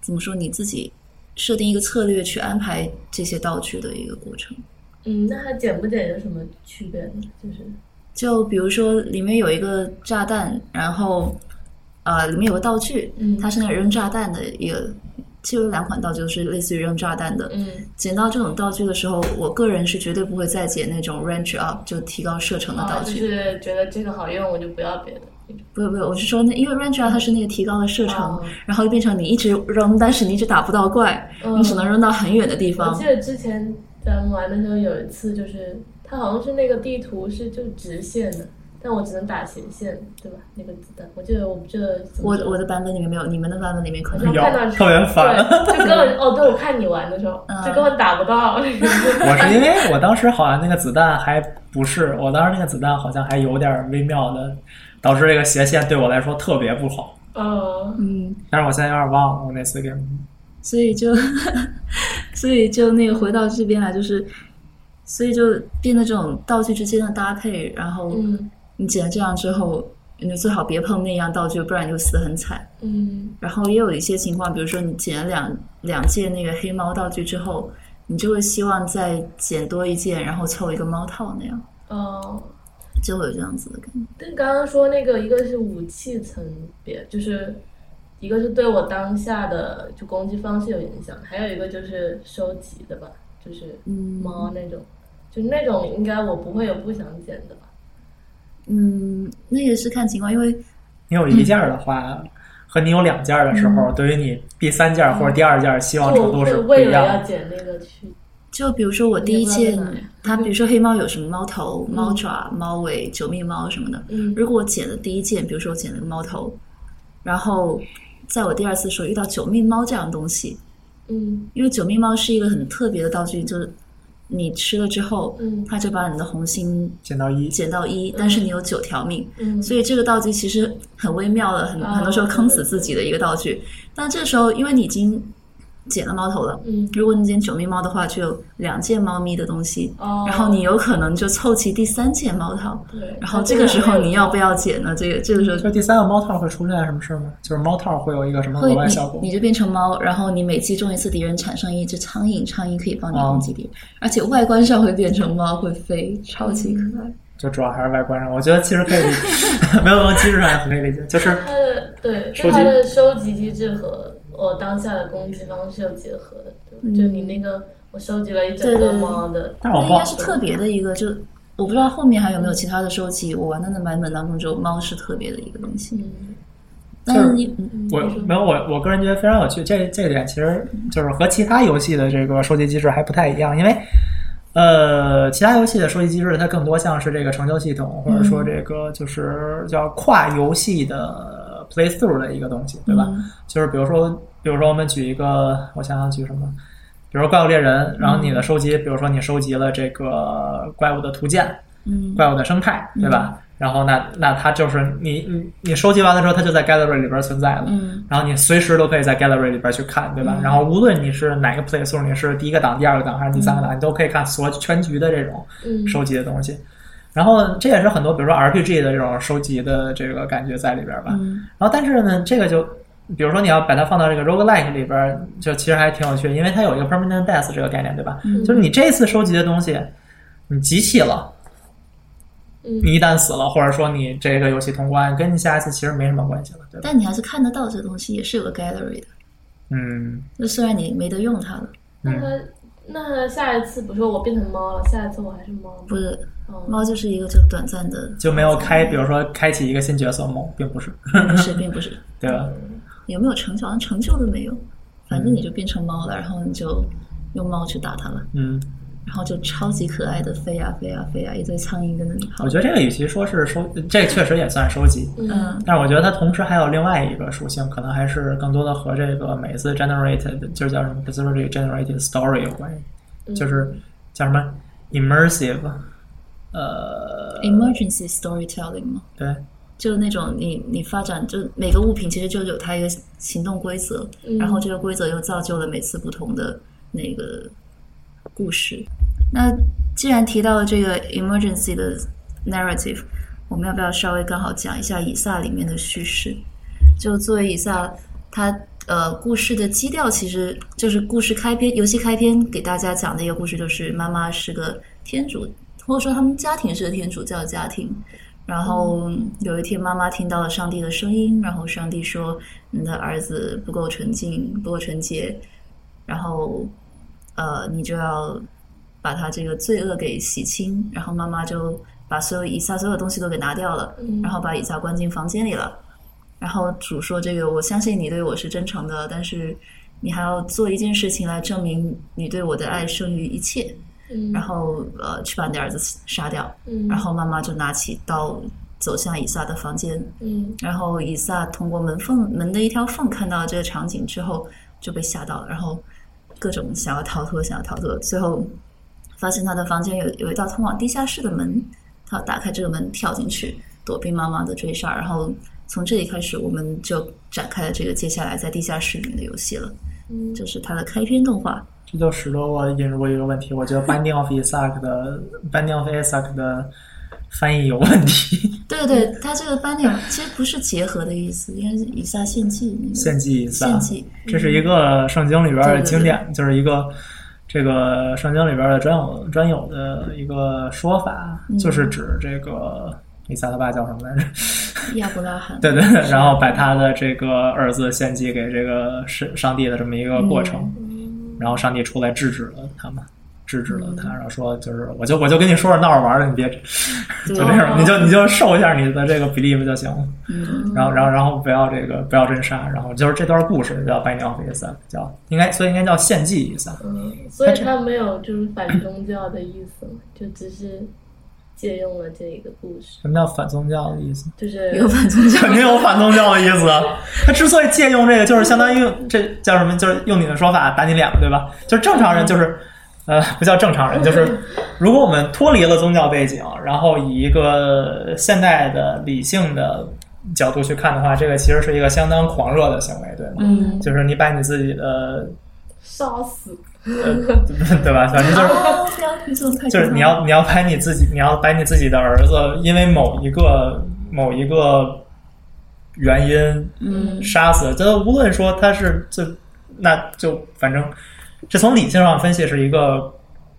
B: 怎么说，你自己设定一个策略去安排这些道具的一个过程。
C: 嗯，那它剪不剪有什么区别呢？就是，
B: 就比如说里面有一个炸弹，然后呃里面有个道具，
C: 嗯
B: 它是那个扔炸弹的一个，就有两款道具就是类似于扔炸弹的，
C: 嗯，
B: 捡到这种道具的时候，我个人是绝对不会再捡那种 range up 就提高射程的道
C: 啊，就
B: 具。
C: 是觉得这个好用，我就不要别的。
B: 不不，我是说那，因为 range up 它是那个提高了射程，
C: 哦
B: 然后就变成你一直扔，但是你一直打不到怪，
C: 嗯
B: 你只能扔到很远的地
C: 我
B: 方
C: 记。得之前咱们玩的时候有一次，就是它好像是那个地图是就直线的，但我只能打斜线，对吧？那个子弹，我记得我不记得怎么
B: 我
C: 做
B: 我的版本里面没有，你们的版本里面可
C: 好
B: 能
C: 像
B: 有。
A: 有
C: 看到是
A: 特别烦
C: 对 就根本哦，对我看你玩的时候，
B: 嗯
C: 就根本打不到。 嗯
A: 我是因为我当时好像那个子弹还不是，我当时那个子弹好像还有点微妙的，导致这个斜线对我来说特别不好。
C: 嗯
B: 嗯，
A: 但是我现在有点忘了我那 次 game。
B: 所以就，所以就那个回到这边来，就是，所以就变得这种道具之间的搭配，然后
C: 嗯
B: 你捡了这样之后，你最好别碰那样道具，不然你就死得很惨。
C: 嗯
B: 然后也有一些情况，比如说你捡了两两件那个黑猫道具之后，你就会希望再捡多一件，然后凑一个猫套那样，
C: 哦。
B: 就会有这样子的感觉。
C: 但刚刚说那个，一个是武器层别，就是一个是对我当下的就攻击方式有影响，还有一个就是收集的吧，就是
B: 嗯
C: 猫那种，就那种应该我不会有不想捡的吧。
B: 嗯，那个是看情况，因为
A: 你有一件儿的话，和你有两件儿的时候，对于你第三件儿或者第二件儿希望
C: 就
A: 程
C: 我
A: 度是
C: 会
A: 不一
C: 为
A: 样
C: 了要
A: 的。
C: 捡那个去，
B: 就比如说我第一
C: 也
B: 件
C: 不知道在哪里，
B: 它比如说黑猫有什么猫头、猫爪、猫尾、九命猫什么的，
C: 嗯
B: 如果我捡了第一件，比如说我捡了个猫头，然后在我第二次的时候遇到九命猫这样的东西，
C: 嗯
B: 因为九命猫是一个很特别的道具，就是你吃了之后，
C: 嗯
B: 它就把你的红心
A: 减到一，
B: 减到一，但是你有九条命，
C: 嗯，
B: 所以这个道具其实很微妙的，很
C: 哦
B: 很多时候坑死自己的一个道具。但这时候，因为你已经捡了猫头了，
C: 嗯
B: 如果你捡九命猫的话，就有两件猫咪的东西，
C: 哦，
B: 然后你有可能就凑齐第三件猫套。
C: 对，
B: 然后这个时候你要不要捡呢？这个这个时候
A: 嗯就第三个猫套会出现什么事儿吗？就是猫套会有一个什么
B: 会
A: 额外效果
B: 你你？就变成猫，然后你每击中一次敌人产生一只苍蝇，苍蝇可以帮你攻
A: 哦
B: 击敌人，而且外观上会变成猫，会飞，超级可爱。
A: 就主要还是外观上，我觉得其实可以， 没有没有机制上也可以理解，就是
C: 它的对，就
A: 收集
C: 它的收集机制和我当下的攻击方式有结合的，对吧就你那个我收集了一
B: 嗯
C: 整
B: 对对
C: 个
B: 对
C: 猫的，
A: 但我
B: 那
A: 忘
B: 应该是特别的一个，就我不知道后面还有没有其他的收集。我玩的那版本当中，就猫是特别的一个东西。
C: 嗯
B: 但是你嗯
A: 我没有我我个人觉得非常有趣，这这点其实就是和其他游戏的这个收集机制还不太一样，因为呃，其他游戏的收集机制它更多像是这个成就系统，或者说这个就是叫跨游戏的 playthrough 的一个东西，对
B: 嗯
A: 吧？就是比如说，比如说我们举一个，我想想举什么。比如说怪物猎人，然后你的收集，比如说你收集了这个怪物的图鉴，
B: 嗯
A: 怪物的生态，对吧？然后那那它就是你你你收集完了之后，它就在 Gallery 里边存在了，
B: 嗯，
A: 然后你随时都可以在 Gallery 里边去看，对吧？然后无论你是哪个 play through，你是第一个档、第二个档还是第三个
B: 嗯
A: 档，你都可以看所全局的这种
C: 嗯
A: 收集的东西。然后这也是很多，比如说 RPG 的这种收集的这个感觉在里边吧。
B: 嗯
A: 然后但是呢，这个就比如说你要把它放到这个 roguelike 里边儿，就其实还挺有趣，因为它有一个 permanent death 这个概念，对吧？
B: 嗯
A: 就是你这次收集的东西，你集齐了，
C: 嗯
A: 你一旦死了，或者说你这个游戏通关，跟你下一次其实没什么关系了，对吧？
B: 但你还是看得到这东西，也是有个 gallery 的。
A: 嗯
B: 就虽然你没得用它了，
C: 那他那下一次，比如说我变成猫了，下一次我还是猫吗？
B: 不是
C: 哦，
B: 猫就是一个就是短暂的，
A: 就没有开，比如说开启一个新角色梦，并不是，
B: 不是，并不是
A: 对吧？
B: 有没有成就，好像成就都没有，反正你就变成猫了，然后你就用猫去打它了，
A: 嗯，
B: 然后就超级可爱的飞啊飞啊飞啊，一堆苍蝇跟着你跑
A: 我。觉得这个与其说是收，这确实也算收集，
C: 嗯
B: 嗯
A: 但是我觉得它同时还有另外一个属性，可能还是更多的和这个每次 generated 就是叫什么 specifically generated story 有关
C: 嗯
B: 嗯
A: 系，就是叫什么 immersive，呃，
B: ，emergency storytelling 嘛，
A: 对，
B: 就那种你你发展，就每个物品其实就有它一个行动规则，
C: 嗯
B: 然后这个规则又造就了每次不同的那个故事。那既然提到了这个 emergency 的 narrative，我们要不要稍微刚好讲一下以撒里面的叙事？就作为以撒，他呃故事的基调其实就是故事开篇，游戏开篇给大家讲的一个故事，就是妈妈是个天主，或者说他们家庭是个天主教家庭。然后有一天，妈妈听到了上帝的声音，然后上帝说：“你的儿子不够纯净，不够纯洁，然后呃，你就要把他这个罪恶给洗清。”然后妈妈就把所有以撒所有东西都给拿掉了，
C: 嗯
B: 然后把以撒关进房间里了。然后主说：“这个我相信你对我是真诚的，但是你还要做一件事情来证明你对我的爱胜于一切。
C: 嗯
B: 然后呃，去把你的儿子杀掉。”
C: 嗯
B: 然后妈妈就拿起刀走向以撒的房间，
C: 嗯
B: 然后以撒通过门缝门的一条缝看到这个场景之后就被吓到了，然后各种想要逃脱，想要逃脱，最后发现他的房间有有一道通往地下室的门，他打开这个门跳进去，躲避妈妈的追杀，然后从这里开始我们就展开了这个接下来在地下室里面的游戏了，
C: 嗯
B: 这是它的开篇动画，
A: 这就使得我引入一个问题，我觉得 Binding of Isaac 的 Binding of Isaac 的翻译有问题，
B: 对对，对，它这个斑点其实不是结合的意思，应该是以撒献祭那个
A: 献祭以撒，
B: 献祭。
A: 这是一个圣经里
B: 嗯
A: 边
B: 对对
A: 的
B: 对
A: 经典，就是一个这个圣经里边的专有专有的一个说法，
B: 嗯
A: 就是指这个以撒他爸叫什么来着？
B: 亚伯拉罕。
A: 对对，对然后把他的这个儿子献祭给这个上上帝的这么一个
B: 嗯
A: 过程，
C: 嗯
A: 然后上帝出来制止了他们。制止了他，
B: 嗯
A: 然后说就是，我就我就跟你说说闹着玩儿的，你别
B: 对
A: 就这样，你就你就受一下你的这个 believe 就行了。
B: 嗯
A: 然后，然后，然后不要这个，不要真杀。然后就是这段故事叫《白鸟和伊萨》，叫应该，所以应该叫献祭伊萨。
C: 嗯，所以他没有就是反宗教的意思嘛，就只是借用了这一个故事，
A: 什么叫反宗教的意思？
C: 就是
B: 有反宗教。
A: 肯定有反宗教的意思。啊他之所以借用这个，就是相当于这叫什么？就是用你的说法打你脸了，对吧？就是正常人，就是呃，不叫正常人，就是如果我们脱离了宗教背景，然后以一个现代的理性的角度去看的话，这个其实是一个相当狂热的行为，对吗？
B: 嗯，
A: 就是你把你自己的
C: 烧死，
A: 对吧？反正就是
B: 啊不要你这么快
A: 就是你要你要把你自己，你要把你自己的儿子因为某一个某一个原因
B: 嗯
A: 杀死，这无论说他是这，那就反正这从理性上分析是一个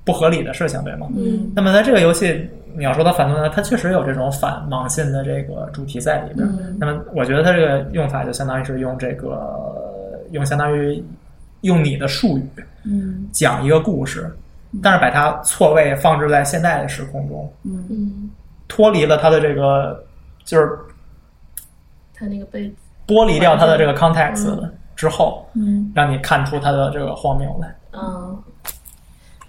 A: 不合理的事情，对吗？
B: 嗯
A: 那么在这个游戏，你要说它反动呢，它确实有这种反盲信的这个主题在里边。
B: 嗯
A: 那么我觉得它这个用法就相当于是用这个用相当于用你的术语，
B: 嗯
A: 讲一个故事，但是把它错位放置在现代的时空中，
B: 嗯
C: 嗯，
A: 脱离了它的这个，就是
C: 他那个被子，
A: 剥离掉它的这个 context 之后，
B: 嗯
A: 让你看出它的这个荒谬来。
C: 嗯，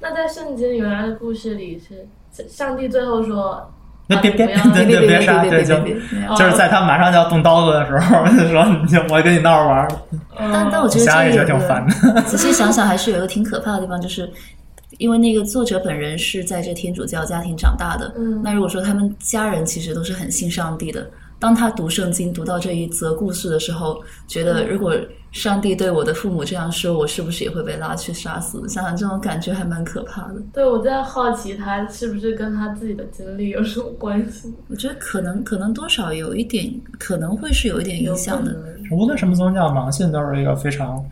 C: 那在圣经原来的故事里是上帝最后说，
A: 那别别
C: 啊你不
A: 别
C: 要
A: 别别杀，对
B: 别
A: 就
B: 别别别！
C: 哦
A: 就是在他马上就要动刀子的时候，就说你就我跟你闹着玩儿，
C: 嗯
B: 但但我觉得
A: 想想也
B: 这
A: 觉
B: 个
A: 得挺
B: 有
A: 烦
B: 个
A: 的。
B: 仔细想想还是有一个挺可怕的地方，就是因为那个作者本人是在这天主教家庭长大的，
C: 嗯
B: 那如果说他们家人其实都是很信上帝的，当他读圣经读到这一则故事的时候，觉得如果上帝对我的父母这样说，我是不是也会被拉去杀死？想想这种感觉还蛮可怕的。
C: 对，我在好奇他是不是跟他自己的经历有什么关系，
B: 我觉得可能可能多少有一点，可能会是有一点影响的。
C: 有可能
A: 无论什么宗教，盲信都是一个非常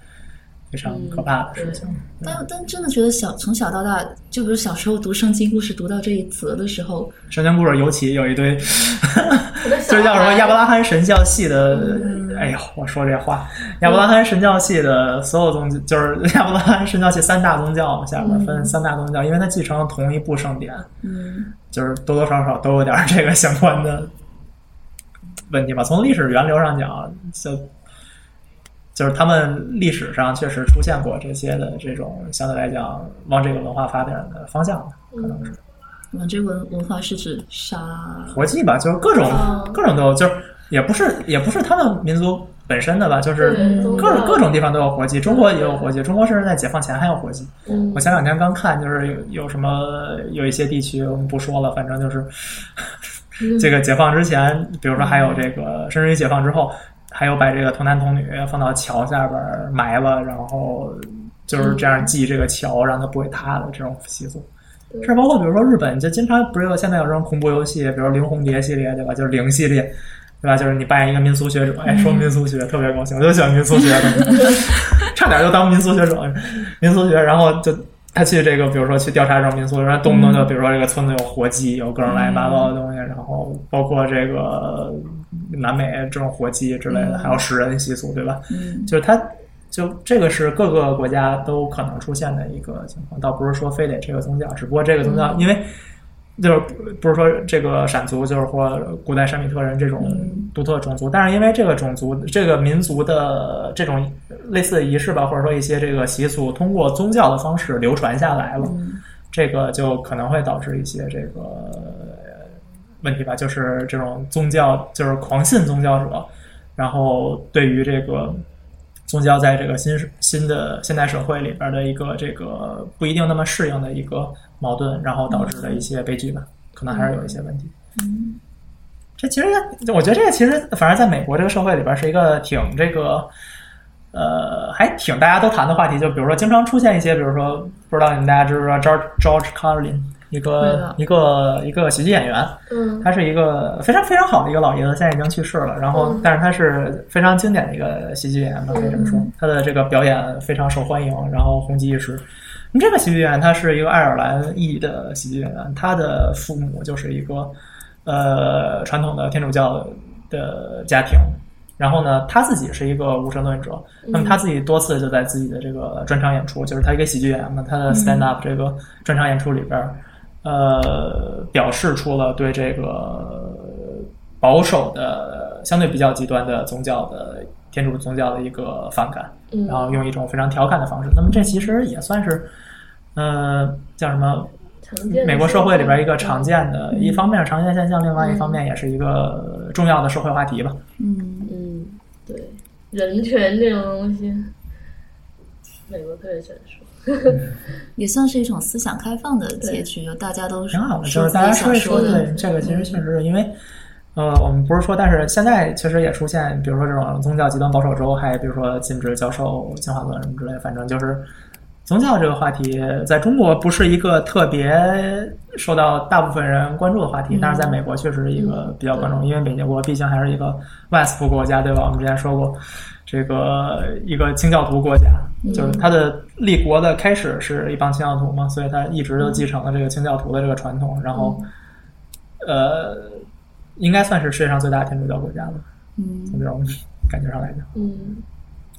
A: 非常可怕的事情。
B: 但但真的觉得小从小到大，就比如小时候读圣经故事读到这一则的时候，
A: 圣经故事尤其有一堆，
C: 我在想
A: 就是叫什么
C: 他
A: 亚伯拉罕神教系的，哎呦，我说这话，亚伯拉罕神教系的所有宗，就是 亚伯拉罕神教系三大宗教下面分三大宗教，因为它继承了同一部圣典，
B: 嗯，
A: 就是多多少少都有点儿这个相关的问题吧。从历史源流上讲，就就是他们历史上确实出现过这些的这种相对来讲往这个文化发展的方向吧，可能是
B: 我这文文化是指杀，
A: 国际吧，就是各种、
C: 嗯
A: 各种都有，就是也不是也不是他们民族本身的吧，就是
C: 对宗
A: 各
C: 教
A: 各种地方都有活计，中国也有活计，中国甚至在解放前还有活计。
C: 嗯
A: 我前两天刚看，就是有有什么有一些地区我们不说了，反正就是
C: 嗯
A: 这个解放之前，比如说还有这个，甚至于解放之后，还有把这个童男童女放到桥下边儿埋了，然后就是这样系这个桥，让它不会塌的这种习俗。
C: 对
A: 甚至包括比如说日本，就经常不是有现在有这种恐怖游戏，比如灵红蝶系列，对吧？就是灵系列，对吧？就是你扮演一个民俗学者，哎，说民俗学特别高兴，我就喜欢民俗学的，差点就当民俗学者，民俗学，然后就他去这个，比如说去调查这种民俗，然后动不动就比如说这个村子有活鸡，有各种乱七八糟的东西，然后包括这个南美这种活鸡之类的，还有食人习俗，对吧？
B: 嗯
A: 就是它就这个是各个国家都可能出现的一个情况，倒不是说非得这个宗教，只不过这个宗教因为。就是不不是说这个闪族，就是或古代闪米特人这种独特种族，但是因为这个种族、这个民族的这种类似的仪式吧，或者说一些这个习俗，通过宗教的方式流传下来了，这个就可能会导致一些这个呃问题吧，就是这种宗教就是狂信宗教者，然后对于这个宗教在这个新时新的现代社会里边的一个这个不一定那么适应的一个矛盾，然后导致的一些悲剧吧，可能还是有一些问题。这其实，我觉得这个其实反而在美国这个社会里边是一个挺这个，呃，还挺大家都谈的话题。就比如说，经常出现一些，比如说，不知道你们大家知不知道 George George Carlin，一
B: 知
A: 个
B: 道
A: 一个一个喜剧演员，
C: 嗯
A: 他是一个非常非常好的一个老爷子，现在已经去世了。然后
C: 嗯，
A: 但是他是非常经典的一个喜剧演员吧，可以这么说。他的这个表演非常受欢迎，然后红极一时。那么这个喜剧演员他是一个爱尔兰裔的喜剧演员，他的父母就是一个呃传统的天主教的家庭。然后呢，他自己是一个无神论者，那么他自己多次就在自己的这个专场演出，就是他一个喜剧演员嘛，他的 stand up 这个专场演出里边儿，呃，表示出了对这个保守的、相对比较极端的宗教的天主宗教的一个反感，
C: 嗯
A: 然后用一种非常调侃的方式。那么这其实也算是，呃，叫什么？
C: 常见的嗯
A: 美国社会里边一个常见的，一方面是常见现象，另外一方面也是一个重要的社会话题吧。
B: 嗯，
C: 嗯，对，人权这种东西，美国特别成熟。
B: 也算是一种思想开放的结局，就大家都
A: 挺好的，就
B: 说
A: 是
B: 自
A: 大家
B: 己
A: 说
B: 想
A: 一说
B: 的。嗯
A: 对这个，其实确实是因为，呃，我们不是说，但是现在其实也出现，比如说这种宗教极端保守州，还比如说禁止教授进化论什么之类，反正就是宗教这个话题在中国不是一个特别受到大部分人关注的话题，
B: 嗯
A: 但是在美国确实是一个比较关注，因为美国毕竟还是一个外斯普国家，对吧？我们之前说过。这个一个清教徒国家，
B: 嗯
A: 就是它的立国的开始是一帮清教徒嘛，所以它一直就继承了这个清教徒的这个传统，然后，呃，应该算是世界上最大的天主教国家了，
B: 嗯，
A: 从这种感觉上来讲，
C: 嗯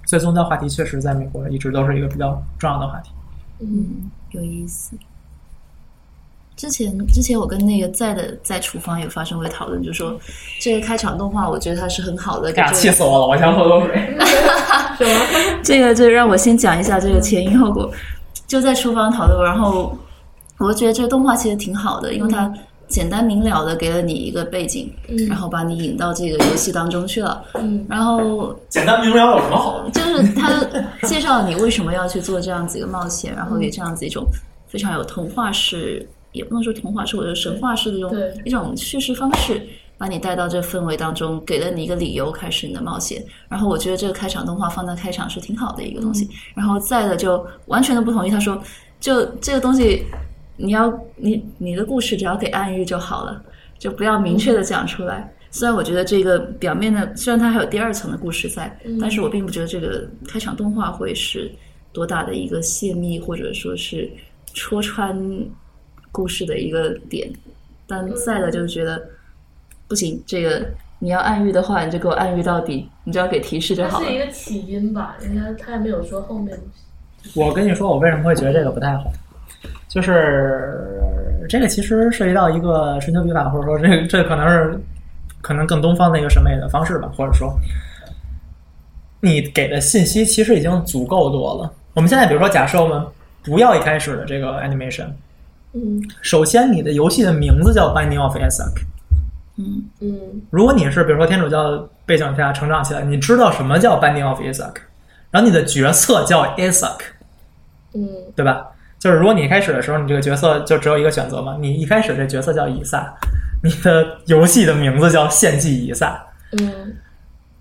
A: 所以宗教话题确实在美国一直都是一个比较重要的话题。
C: 嗯
B: 有意思。之前之前我跟那个在的在厨房有发生过讨论，就说这个开场动画，我觉得它是很好的，
A: 哎呀，
B: 给这
A: 气
B: 个
A: 死我了！我想喝 口水。
C: 嗯什么？
B: 这个就让我先讲一下这个前因后果。就在厨房讨论，然后我觉得这个动画其实挺好的，因为它简单明了的给了你一个背景，
C: 嗯
B: 然后把你引到这个游戏当中去了。
C: 嗯
B: 然后
A: 简单明了有什么好？
B: 就是他介绍你为什么要去做这样子一个冒险，然后也这样子一种非常有童话式，也不能说童话式，或者神话式的一种
C: 对
B: 一种叙事方式，把你带到这氛围当中，给了你一个理由开始你的冒险。然后我觉得这个开场动画放在开场是挺好的一个东西。然后再的就完全的不同意，他说就这个东西，你要你你的故事只要给暗喻就好了，就不要明确的讲出来。虽然我觉得这个表面的，虽然它还有第二层的故事在，
A: 嗯
B: 但是我并不觉得这个开场动画会是多大的一个泄密，或者说是戳穿故事的一个点。但再的就是觉得不行，这个你要暗喻的话，你就给我暗喻到底，你就要给提示就
C: 它
B: 好了
C: 是一。个起因吧，人家他也没有说后面
A: 我跟你说，我为什么会觉得这个不太好，就是这个其实涉及到一个春秋笔法，或者说这个 这可能是可能更东方的一个审美的方式吧，或者说你给的信息其实已经足够多了。我们现在比如说，假设我们不要一开始的这个 animation，
C: 嗯
A: 首先你的游戏的名字叫 Binding of Isaac，
B: 嗯
C: 嗯
A: 如果你是比如说天主教背景下成长起来，你知道什么叫 Binding of Isaac，然后你的角色叫 Isaac，
C: 嗯
A: 对吧？就是如果你一开始的时候，你这个角色就只有一个选择嘛，你一开始这角色叫以撒，你的游戏的名字叫献祭以撒。
C: 嗯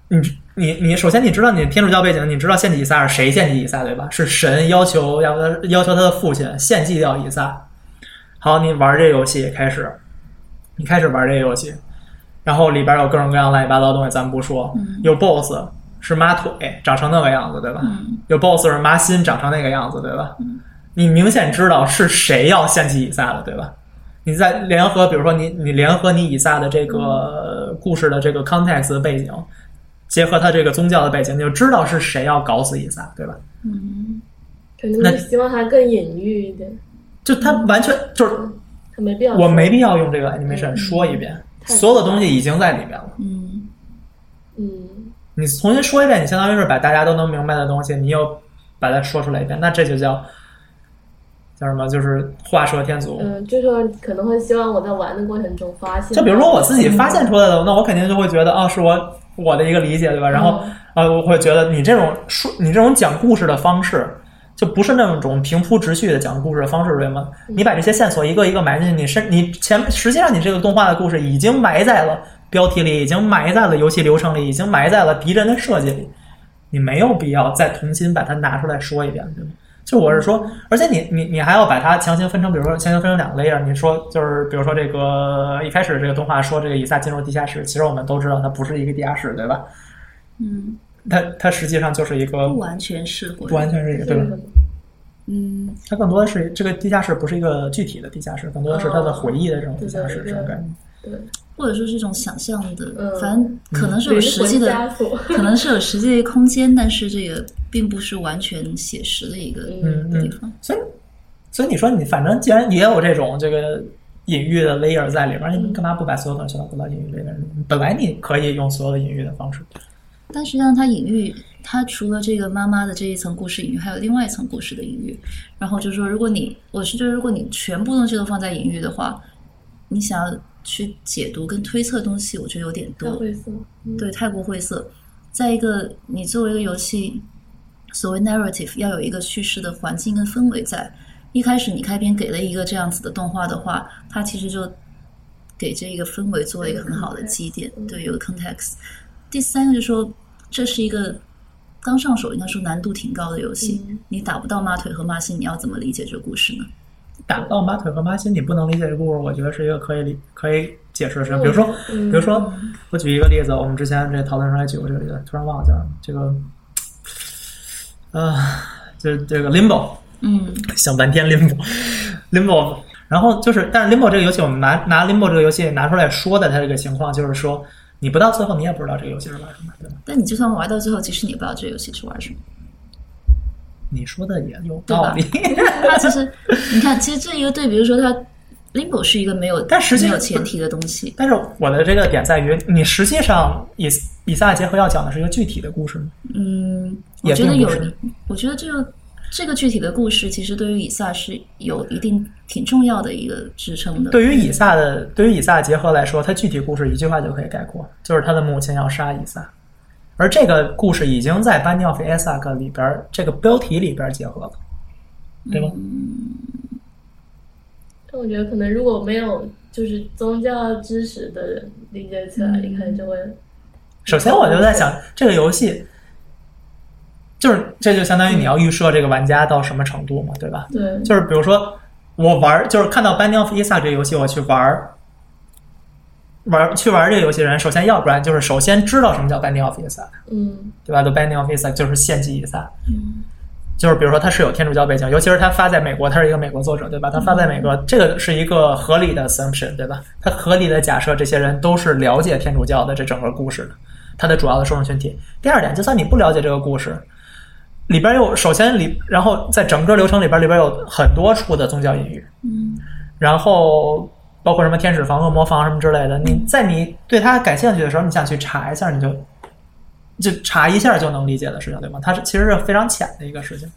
A: 你你你，首先你知道你天主教背景，你知道献祭以撒是谁献祭以撒对吧？是神要求要他要求他的父亲献祭掉以撒。好，你玩这游戏开始，你开始玩这游戏，然后里边有各种各样乱七八糟的东西，咱们不说，有 BOSS 是妈腿长成那个样子对吧？有 BOSS 是妈心长成那个样子对吧？你明显知道是谁要献祭以撒了，对吧？你再联合，比如说你你联合你以撒的这个故事的这个 context 的背景，结合他这个宗教的背景，你就知道是谁要搞死以撒，对吧？
B: 嗯，
C: 肯定是希望他更隐喻一点，
A: 就他完全就是
C: 他没必要。
A: 我没必要用这个 animation 说一遍，
C: 嗯太
A: 所有的东西已经在里面了。
B: 嗯
C: 嗯
A: 你重新说一遍，你相当于是把大家都能明白的东西，你又把它说出来一遍，那这就叫叫什么？就是画蛇添足。
C: 嗯，就是说可能会希望我在玩的过程中发现，
A: 就比如说我自己发现出来的，那我肯定就会觉得啊，是我我的一个理解，对吧？然
C: 嗯
A: 后呃，我会觉得你这种说你这种讲故事的方式，就不是那种平铺直叙的讲故事的方式，对吗？你把这些线索一个一个埋进去，你身你前实际上你这个动画的故事已经埋在了标题里，已经埋在了游戏流程里，已经埋在了敌人的设计里，你没有必要再重新把它拿出来说一遍，对吗？就我是说，而且你你你还要把它强行分成，比如说强行分成两个 layer。你说就是比如说这个呃一开始这个动画说这个以撒进入地下室，其实我们都知道它不是一个地下室，对吧？
B: 嗯，
A: 它它实际上就是一个
B: 不完全是或
A: 不完全是一个，对吧？
B: 嗯
A: 它更多的是这个地下室不是一个具体的地下室，更多的是它的回忆的这种地下室
C: 哦
A: 这种概念。
C: 对，
B: 或者说是一种想象的，
C: 嗯
B: 反正可能是
C: 有
B: 有实际的，
C: 枷锁，
B: 可能是有实际空间，但是这个并不是完全写实的一个
C: 嗯
A: 嗯
B: 地
A: 嗯，
B: 方。
A: 所以所以你说你反正既然也有这种这个隐喻的 layer 在里边，
C: 嗯
A: 你干嘛不把所有东西都归到隐喻 layer 里？本来你可以用所有的隐喻的方式。
B: 但实际上，它隐喻，它除了这个妈妈的这一层故事隐喻，还有另外一层故事的隐喻。然后就是说，如果你，我是觉得，如果你全部东西都放在隐喻的话，你想要去解读跟推测东西，我觉得有点多
C: 太。晦涩。嗯
B: 对，太过晦涩。再一个，你作为一个游戏，所谓 narrative 要有一个叙事的环境跟氛围在。一开始你开篇给了一个这样子的动画的话，它其实就给这一个氛围做了一个很好的基点，对，有个 context。第三个就是说，这是一个刚上手，应该说难度挺高的游戏，
C: 嗯
B: 你打不到妈腿和妈心，你要怎么理解这个故事呢？
A: 打到马腿和马心，你不能理解这个故事，我觉得是一个可以理可以解释的事情。比如说，比
C: 嗯
A: 如说，我举一个例子，我们之前这讨论时候还举过这个例子，突然忘了叫什么这个，呃，这这个 Limbo，
B: 嗯
A: 想半天 Limbo，Limbo，然后就是，但是 Limbo 这个游戏，我们拿拿 Limbo 这个游戏拿出来说的，它这个情况就是说，你不到最后你也不知道这个游戏是玩什么，对吧？
B: 但你就算玩到最后，其实你也不知道这个游戏是玩什么。
A: 你说的也有道理，
B: 它其实，你看，其实这一个对比，就是说它 Limbo 是一个没有，
A: 但实际
B: 没
A: 上
B: 有前提的东西。
A: 但是我的这个点在于，你实际上以以撒结合要讲的是一个具体的故事吗？
B: 嗯，我
A: 也
B: 觉得
A: 并
B: 有
A: 不是，
B: 我觉得这个这个具体的故事，其实对于以撒是有一定挺重要的一个支撑的。
A: 对于以撒的，对于以撒结合来说，他具体故事一句话就可以概括，就是他的母亲要杀以撒。而这个故事已经在《班尼奥夫·艾萨克》里边儿这个标题里边儿结合了，对吗？
C: 但我觉得可能如果没有就是宗教知识的人理解起
A: 嗯
C: 来，你可能就会
A: 首先我就在想，这个游戏就是这就相当于你要预设这个玩家到什么程度嘛，对吧？
C: 对
A: 就是比如说我玩儿，就是看到《Binding of Isaac》这个游戏，我去玩儿，玩儿去玩儿这个游戏的人，首先要不然就是首先知道什么叫《Binding of Isaac》，
C: 嗯
A: 对吧？The Binding of Isaac 就是献祭以撒，就是比如说它是有天主教背景，尤其是它发在美国，它是一个美国作者，对吧？它发在美国，这个是一个合理的 assumption，对吧？它合理的假设这些人都是了解天主教的这整个故事的，它的主要的受众群体。第二点，就算你不了解这个故事。里边有，首先里，然后在整个流程里边，里边有很多处的宗教隐喻，
B: 嗯
A: 然后包括什么天使房、恶魔房什么之类的。你在你对它感兴趣的时候，你想去查一下，你就就查一下就能理解的事情，对吗？它是其实是非常浅的一个事情。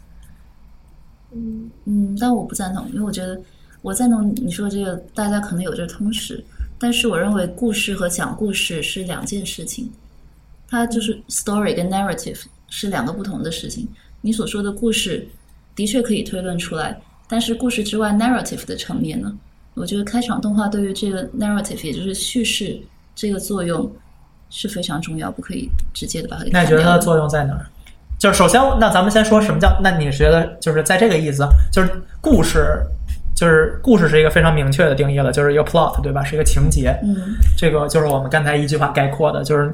C: 嗯，
B: 嗯，但我不赞同，因为我觉得我赞同你说这个，大家可能有这个通识，但是我认为故事和讲故事是两件事情，它就是 story 跟 narrative 是两个不同的事情。你所说的故事的确可以推论出来，但是故事之外 narrative 的层面呢，我觉得开场动画对于这个 narrative，也就是叙事这个作用是非常重要，不可以直接的把它给
A: 那你
B: 砍
A: 觉
B: 掉
A: 得它的
B: 的。
A: 作用在哪儿？就是首先，那咱们先说什么叫？那你觉得就是在这个意思，就是故事，就是故事是一个非常明确的定义了，就是一个 plot，对吧？是一个情节。
B: 嗯
A: 这个就是我们刚才一句话概括的，就是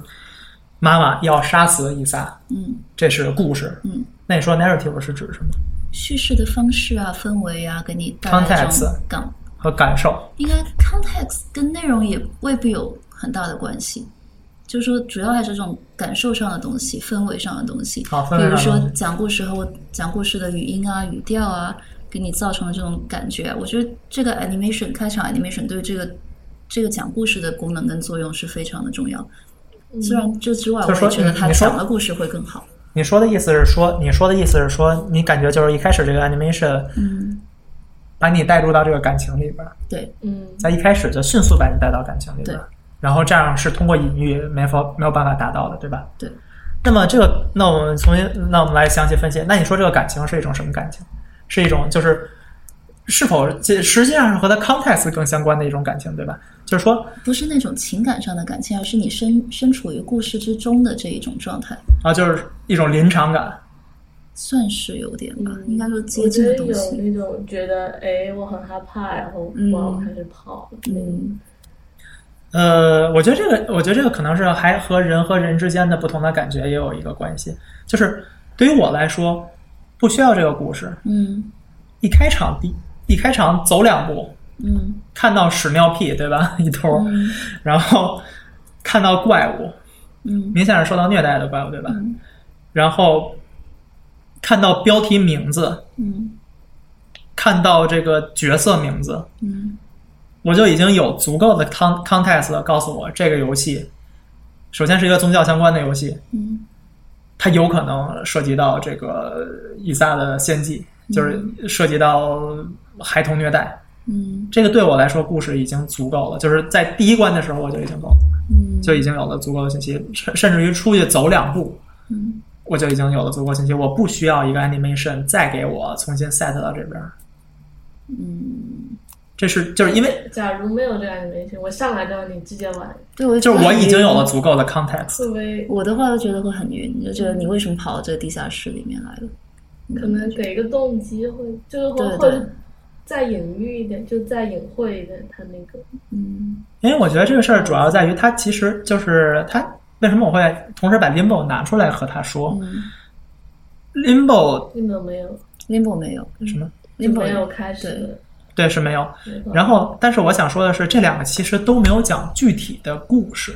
A: 妈妈要杀死伊萨，
B: 嗯。
A: 这是故事。
B: 嗯，
A: 那你说 narrative 是指什么？
B: 叙事的方式啊、氛围啊，给你带来这种
A: Context
B: 感，
A: 和感受？
B: 应该 context 跟内容也未必有很大的关系。就是说，主要还是这种感受上的东西、氛围上的东西，
A: 好氛
B: 比
A: 围
B: 如
A: 上的
B: 说
A: 东西
B: 讲故事和我讲故事的语音啊、语调啊，给你造成的这种感觉啊。我觉得这个 animation 开场 animation 对这个这个讲故事的功能跟作用是非常的重要。虽然这之外，
A: 就
B: 我
A: 是说
B: 也觉得
A: 你
B: 他
A: 你说
B: 讲的故事会更好。
A: 你说的意思是说，你说的意思是说，你感觉就是一开始这个 animation
B: 嗯，
A: 把你带入到这个感情里边儿，
B: 对，
C: 嗯
A: 在一开始就迅速把你带到感情里边儿，然后这样是通过隐喻没法没有办法达到的，对吧？
B: 对。
A: 那么这个，那我们重新，那我们来详细分析。那你说这个感情是一种什么感情？是一种就是是否这实际上是和它 context 更相关的一种感情，对吧？就是说，
B: 不是那种情感上的感情，而是你身身处于故事之中的这一种状态，
A: 啊，就是一种临场感，
B: 算是有点吧，
C: 嗯
B: 应该说接
C: 我觉
B: 近
C: 得
B: 的
C: 有
B: 东西。
C: 那种觉得哎，我很害怕，然后
B: 嗯
C: 我要开始跑。
B: 嗯，
A: 呃，我觉得这个，我觉得这个可能是还和人和人之间的不同的感觉也有一个关系。就是对于我来说，不需要这个故事，
B: 嗯
A: 一开场第一开场走两步，
B: 嗯
A: 看到屎尿屁，对吧？ 一坨儿，
B: 嗯
A: 然后看到怪物，
B: 嗯
A: 明显是受到虐待的怪物，对吧？
B: 嗯
A: 然后看到标题名字，
B: 嗯
A: 看到这个角色名字，
B: 嗯
A: 我就已经有足够的 con context 了告诉我这个游戏，首先是一个宗教相关的游戏，
B: 嗯
A: 它有可能涉及到这个以撒的献祭，就是涉及到孩童虐待。
B: 嗯
A: 这个对我来说，故事已经足够了，就是在第一关的时候我就已经够了，
B: 嗯，
A: 就已经有了足够的信息，甚甚至于出去走两步，
B: 嗯
A: 我就已经有了足够信息，我不需要一个 animation 再给我重新 set 到这边儿。
B: 嗯，
A: 这是就是因为
C: 假如没有这个 animation，我上来就让你直接玩，
B: 对我
A: 就是我已经有了足够的
C: 会
A: context，
C: 不会
B: 我的话，就觉得会很晕，就觉得你为什么跑到这个地下室里面来了？
C: 可能给一个动机，会就是会
B: 对
C: 会
B: 对
C: 再隐喻一点，就再隐晦一点，他那个
B: 嗯
A: 因为我觉得这个事儿主要在于它其实就是它为什么我会同时把 limbo 拿出来和他说
B: 嗯
A: ，limbo
C: 根本没有
B: ，limbo 没有
A: 什么？
C: 就
B: ，limbo
C: 没有开始
B: 对
C: 的
A: 对，是没有。
C: 那个。
A: 然后，但是我想说的是，这两个其实都没有讲具体的故事，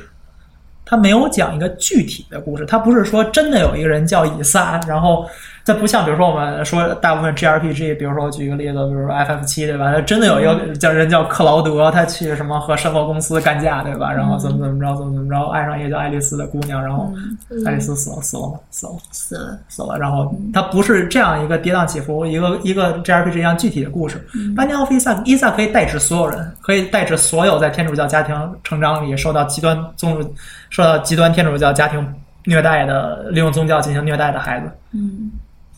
A: 它没有讲一个具体的故事，它不是说真的有一个人叫以撒，然后它不像比如说我们说大部分 GRPG，比如说我举一个例子，比如说 FF 七对吧？它真的有一个叫人叫克劳德，他去什么和生活公司干架对吧？然后怎么怎么着，怎么怎么着，爱上一个叫爱丽丝的姑娘，然后
C: 嗯
A: 爱丽丝死了，死了吗？死了。
B: 死了，
A: 死了，然后它不是这样一个跌宕起伏，一个一个 JRPG 一样具体的故事。班尼奥菲萨伊萨可以代指所有人，可以代指所有在天主教家庭成长里受到极端宗受到极端天主教家庭虐待的，利用宗教进行虐待的孩子。
B: 嗯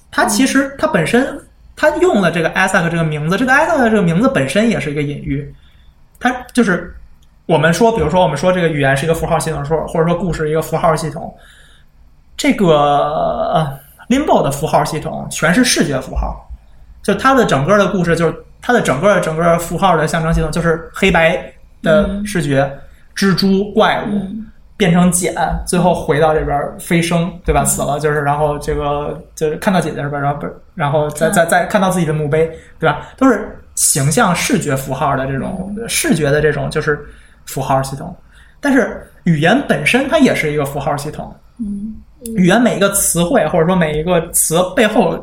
A: 它其实它本身他用了这个 Isaac 这个名字，这个 Isaac 这个名字本身也是一个隐喻，它就是我们说，比如说我们说这个语言是一个符号系统，说或者说故事是一个符号系统，这个呃 Limbo 的符号系统全是视觉符号，就它的整个的故事就是它的整个整个符号的象征系统就是黑白的视觉，蜘蛛怪物。变成茧，最后回到这边飞升，对吧？死
C: 嗯
A: 了就是，然后这个就是看到姐姐是吧？然后不，然后
C: 嗯
A: 再再再看到自己的墓碑，对吧？都是形象视觉符号的这种视觉的这种就是符号系统，但是语言本身它也是一个符号系统。
B: 嗯
A: 语言每一个词汇或者说每一个词背后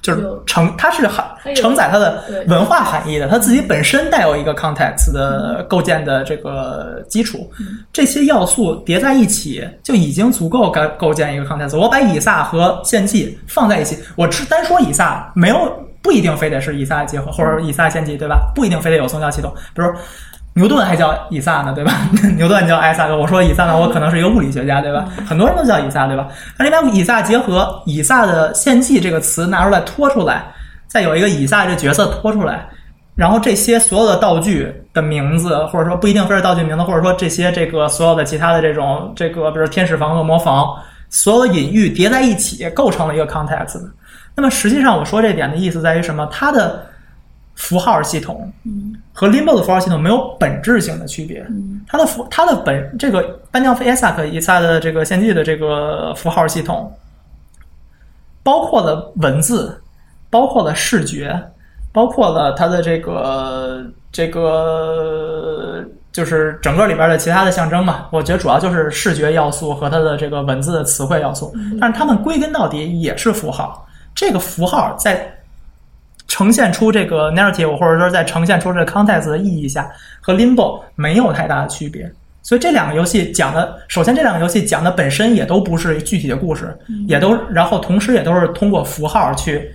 A: 就是
C: 有
A: 承它是含
C: 它有
A: 承载它的
C: 对
A: 文化含义的，它自己本身带有一个 context 的构建的这个基础，这些要素叠在一起就已经足够构构建一个 context。我把以撒和献祭放在一起，我只单说以撒没有不一定非得是以撒结合或者以撒献祭，对吧？不一定非得有宗教系统，比如。牛顿还叫以撒呢，对吧？ 牛顿叫艾萨克，我说以撒呢，我可能是一个物理学家，对吧？很多人都叫以撒，对吧？那你把以撒结合以撒的献祭这个词拿出来拖出来，再有一个以撒这角色拖出来，然后这些所有的道具的名字，或者说不一定非是道具名字，或者说这些这个所有的其他的这种这个，比如天使房、恶魔房，所有的隐喻叠在一起，构成了一个 context。那么实际上我说这点的意思在于什么？它的符号系统和 Limbo 的符号系统没有本质性的区别。它的符，它的本这个班尼奥菲 Isaac 以撒的这个献祭的这个符号系统，包括了文字，包括了视觉，包括了它的这个这个就是整个里边的其他的象征嘛。我觉得主要就是视觉要素和它的这个文字的词汇要素，但是它们归根到底也是符号。这个符号在呈现出这个 narrative，或者说在呈现出这个 context 的意义下，和 Limbo 没有太大的区别。所以这两个游戏讲的，首先这两个游戏讲的本身也都不是具体的故事，也都然后同时也都是通过符号去，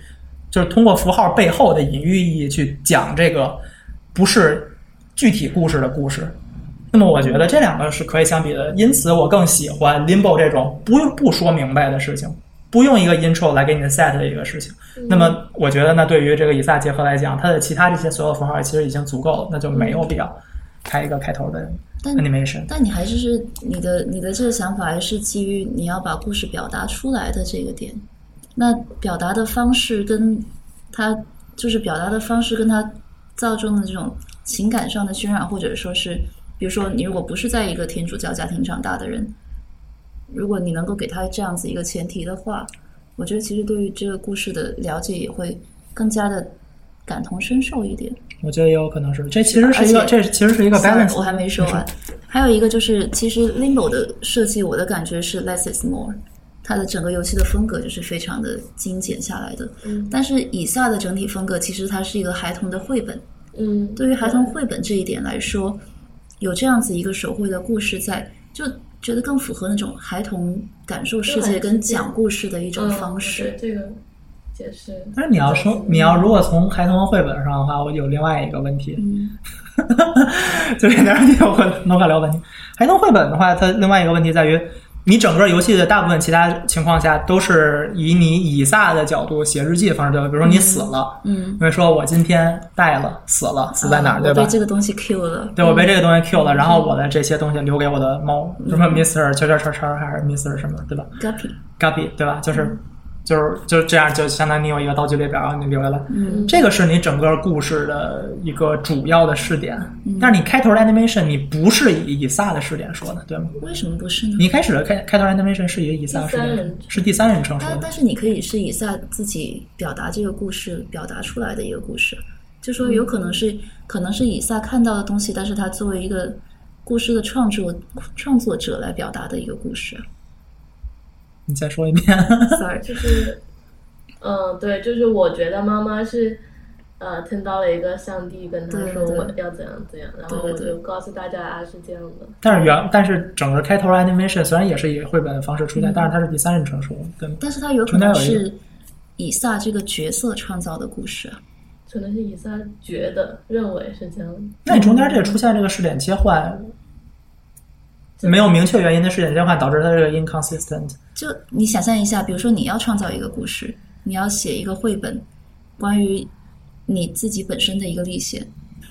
A: 就是通过符号背后的隐喻意义去讲这个不是具体故事的故事。那么我觉得这两个是可以相比的，因此我更喜欢 Limbo 这种不用不说明白的事情，不用一个 intro 来给你 set 的一个事情。
B: 嗯
A: 那么我觉得呢，对于这个以撒结合来讲，它的其他这些所有符号其实已经足够了，那就没有必要开一个开头的
B: 嗯但
A: animation。
B: 但你还是是你的你的这个想法还是基于你要把故事表达出来的这个点，那表达的方式跟他就是表达的方式跟他造成的这种情感上的渲染，或者说是，比如说你如果不是在一个天主教家庭长大的人，如果你能够给他这样子一个前提的话，我觉得其实对于这个故事的了解也会更加的感同身受一点。
A: 我觉得也有可能是，这其实是一个，
B: 而
A: 这其实是一个
B: Sorry，
A: balance。
B: 我还没说完。还有一个就是，其实 Limbo 的设计，我的感觉是 less is more。它的整个游戏的风格就是非常的精简下来的。
C: 嗯
B: 但是以下的整体风格，其实它是一个孩童的绘本。
C: 嗯，
B: 对于孩童绘本这一点来说，有这样子一个手绘的故事在，就觉得更符合那种孩童感受世界跟讲故事的一种
C: 嗯
B: 方式。
C: 对这个解释，
A: 但是你要说，你要如果从孩童绘本上的话，我有另外一个问题，
B: 嗯
A: 就是当然你有可能可聊问题。孩童绘本的话，它另外一个问题在于，你整个游戏的大部分其他情况下都是以你以撒的角度写日记的方式对吧？比如说你死了，
B: 嗯，
A: 你会说我今天带了死了，死在哪儿，
B: 啊
A: 对吧？
B: 我被这个东西 Q 了。
A: 嗯对，我被这个嗯东西 Q 了，然后我的这些东西留给我的猫，什么 Mister 圈圈圈圈还是 Mister 什么，对吧
B: Guppy，
A: ？Guppy，对吧？就是就是就是这样，就相当于你有一个道具列表，然后你留下来。
B: 嗯
A: 这个是你整个故事的一个主要的视点，
C: 嗯
A: 但是你开头的 animation 你不是以以撒的视点说的，对吗？
B: 为什么不是呢？
A: 你一开始的开开头 animation 是以以撒的
C: 第
A: 视
C: 三人
A: 点
C: 称，
A: 是第三人称说
B: 但
A: 的
B: 但。是你可以是以下自己表达这个故事表达出来的一个故事，就说有可能是、
A: 嗯
B: 可能是以下看到的东西，但是他作为一个故事的创作创作者来表达的一个故 事。
A: 你再说一遍，
B: Sorry，
C: 就是，嗯，对，就是我觉得妈妈是，呃，听到了一个上帝跟她
B: 对
C: 说
B: 对
C: 我要怎样怎样，然后
B: 对
C: 我
B: 对
C: 就告诉大家啊是这样的，
A: 但是原但是整个开头的 animation 虽然也是以绘本的方式
C: 嗯
A: 出现，但是它是第三人称说的，对吗？
B: 但是他有可
A: 中间
B: 能
A: 有一个
B: 是以下这个角色创造的故事。
C: 可能是以撒觉得认为是这样的，
A: 那你中间这个出现这个视点切换，没有明确原因的视点切换，导致它这个 inconsistent。
B: 就你想象一下，比如说你要创造一个故事，你要写一个绘本，关于你自己本身的一个历险，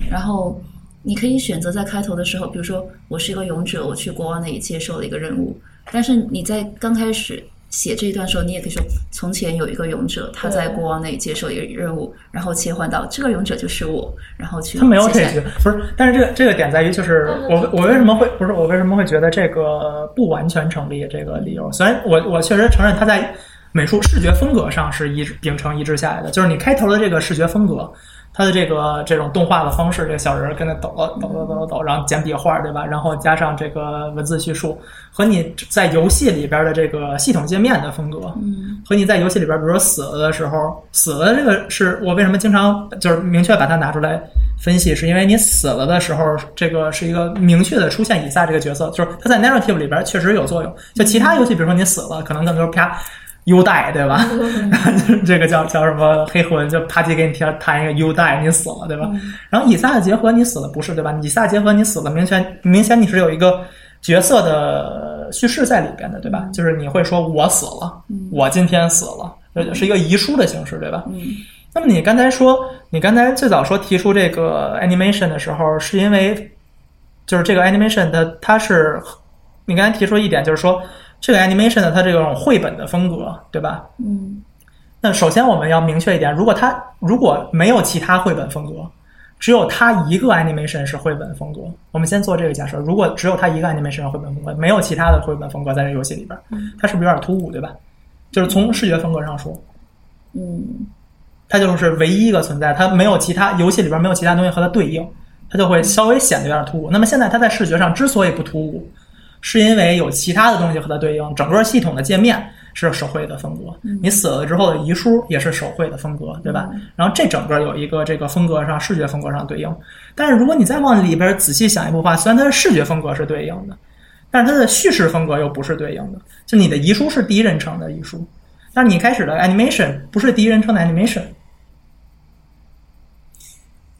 B: 然后你可以选择在开头的时候，比如说我是一个勇者，我去国王那里接受了一个任务，但是你在刚开始写这一段的时候，你也可以说从前有一个勇者，他在
C: 对
B: 国王那里接受一个任务，然后切换到这个勇者就是我，然后去
A: 他没有
B: 接
A: 这
B: 下来
A: 些，不是，但是这个这个点在于，就是我我为什么会不是我为什么会觉得这个不完全成立这个理由？虽然我我确实承认他在美术视觉风格上是一致秉承一致下来的，就是你开头的这个视觉风格，它的这个这种动画的方式，这个小人儿跟那抖了抖了抖了抖，然后简笔画对吧？然后加上这个文字叙述和你在游戏里边的这个系统界面的风格，和你在游戏里边，比如说死了的时候，死了这个是我为什么经常就是明确把它拿出来分析，是因为你死了的时候，这个是一个明确的出现以下这个角色，就是它在 narrative 里边确实有作用。就其他游戏，比如说你死了，可能更多啪。优待对吧？然后 就是这个叫叫什么黑魂，就啪叽给你弹弹一个优待，你死了对吧？然后以撒的结合你死了不是对吧？以撒结合你死了，明显明显你是有一个角色的叙事在里边的对吧？就是你会说我死了，我今天死了，这是一个遗书的形式，对吧？嗯。那么你刚才说，你刚才最早说提出这个 animation 的时候，是因为就是这个 animation 它它是你刚才提出一点，就是说这个 animation 的它这种绘本的风格，对吧？
B: 嗯，
A: 那首先我们要明确一点，如果它如果没有其他绘本风格，只有它一个 animation 是绘本风格，我们先做这个假设。如果只有它一个 animation 是绘本风格，没有其他的绘本风格在这游戏里边，它是不是有点突兀，对吧？就是从视觉风格上说，
B: 嗯
A: 它就是唯一一个存在，它没有其他游戏里边没有其他东西和它对应，它就会稍微显得有点突兀。那么现在它在视觉上之所以不突兀，是因为有其他的东西和它对应，整个系统的界面是手绘的风格，你死了之后的遗书也是手绘的风格，对吧？然后这整个有一个这个风格上视觉风格上对应，但是如果你再往里边仔细想一步的话，虽然它的视觉风格是对应的，但是它的叙事风格又不是对应的。就你的遗书是第一人称的遗书，但是你开始的 animation 不是第一人称的 animation，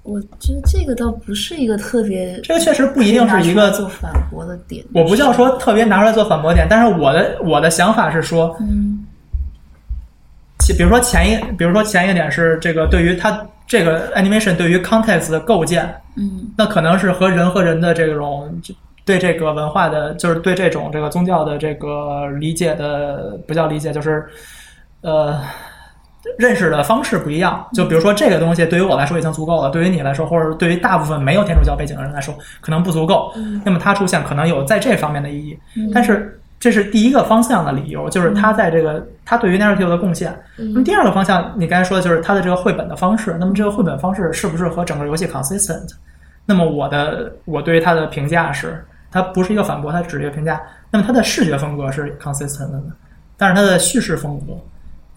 B: 我觉得这个倒不是一个特别，
A: 这个确实不一定是一个
B: 做反驳的点。
A: 我不叫说特别拿出来做反驳点，但是我的我的想法是说，
B: 嗯
A: 其比如说前一，比如说前一点是这个对于它这个 animation 对于 context 的构建，
B: 嗯
A: 那可能是和人和人的这种对这个文化的，就是对这种这个宗教的这个理解的，不叫理解，就是呃认识的方式不一样。就比如说这个东西对于我来说已经足够了，对于你来说，或者对于大部分没有天主教背景的人来说，可能不足够。那么它出现可能有在这方面的意义，但是。这是第一个方向的理由，就是它在这个它对于 narrative 的贡献。那么第二个方向，你刚才说的就是它的这个绘本的方式。那么这个绘本方式是不是和整个游戏 consistent？那么我的我对于它的评价是，它不是一个反驳，它只是一个评价。那么它的视觉风格是 consistent 的，但是它的叙事风格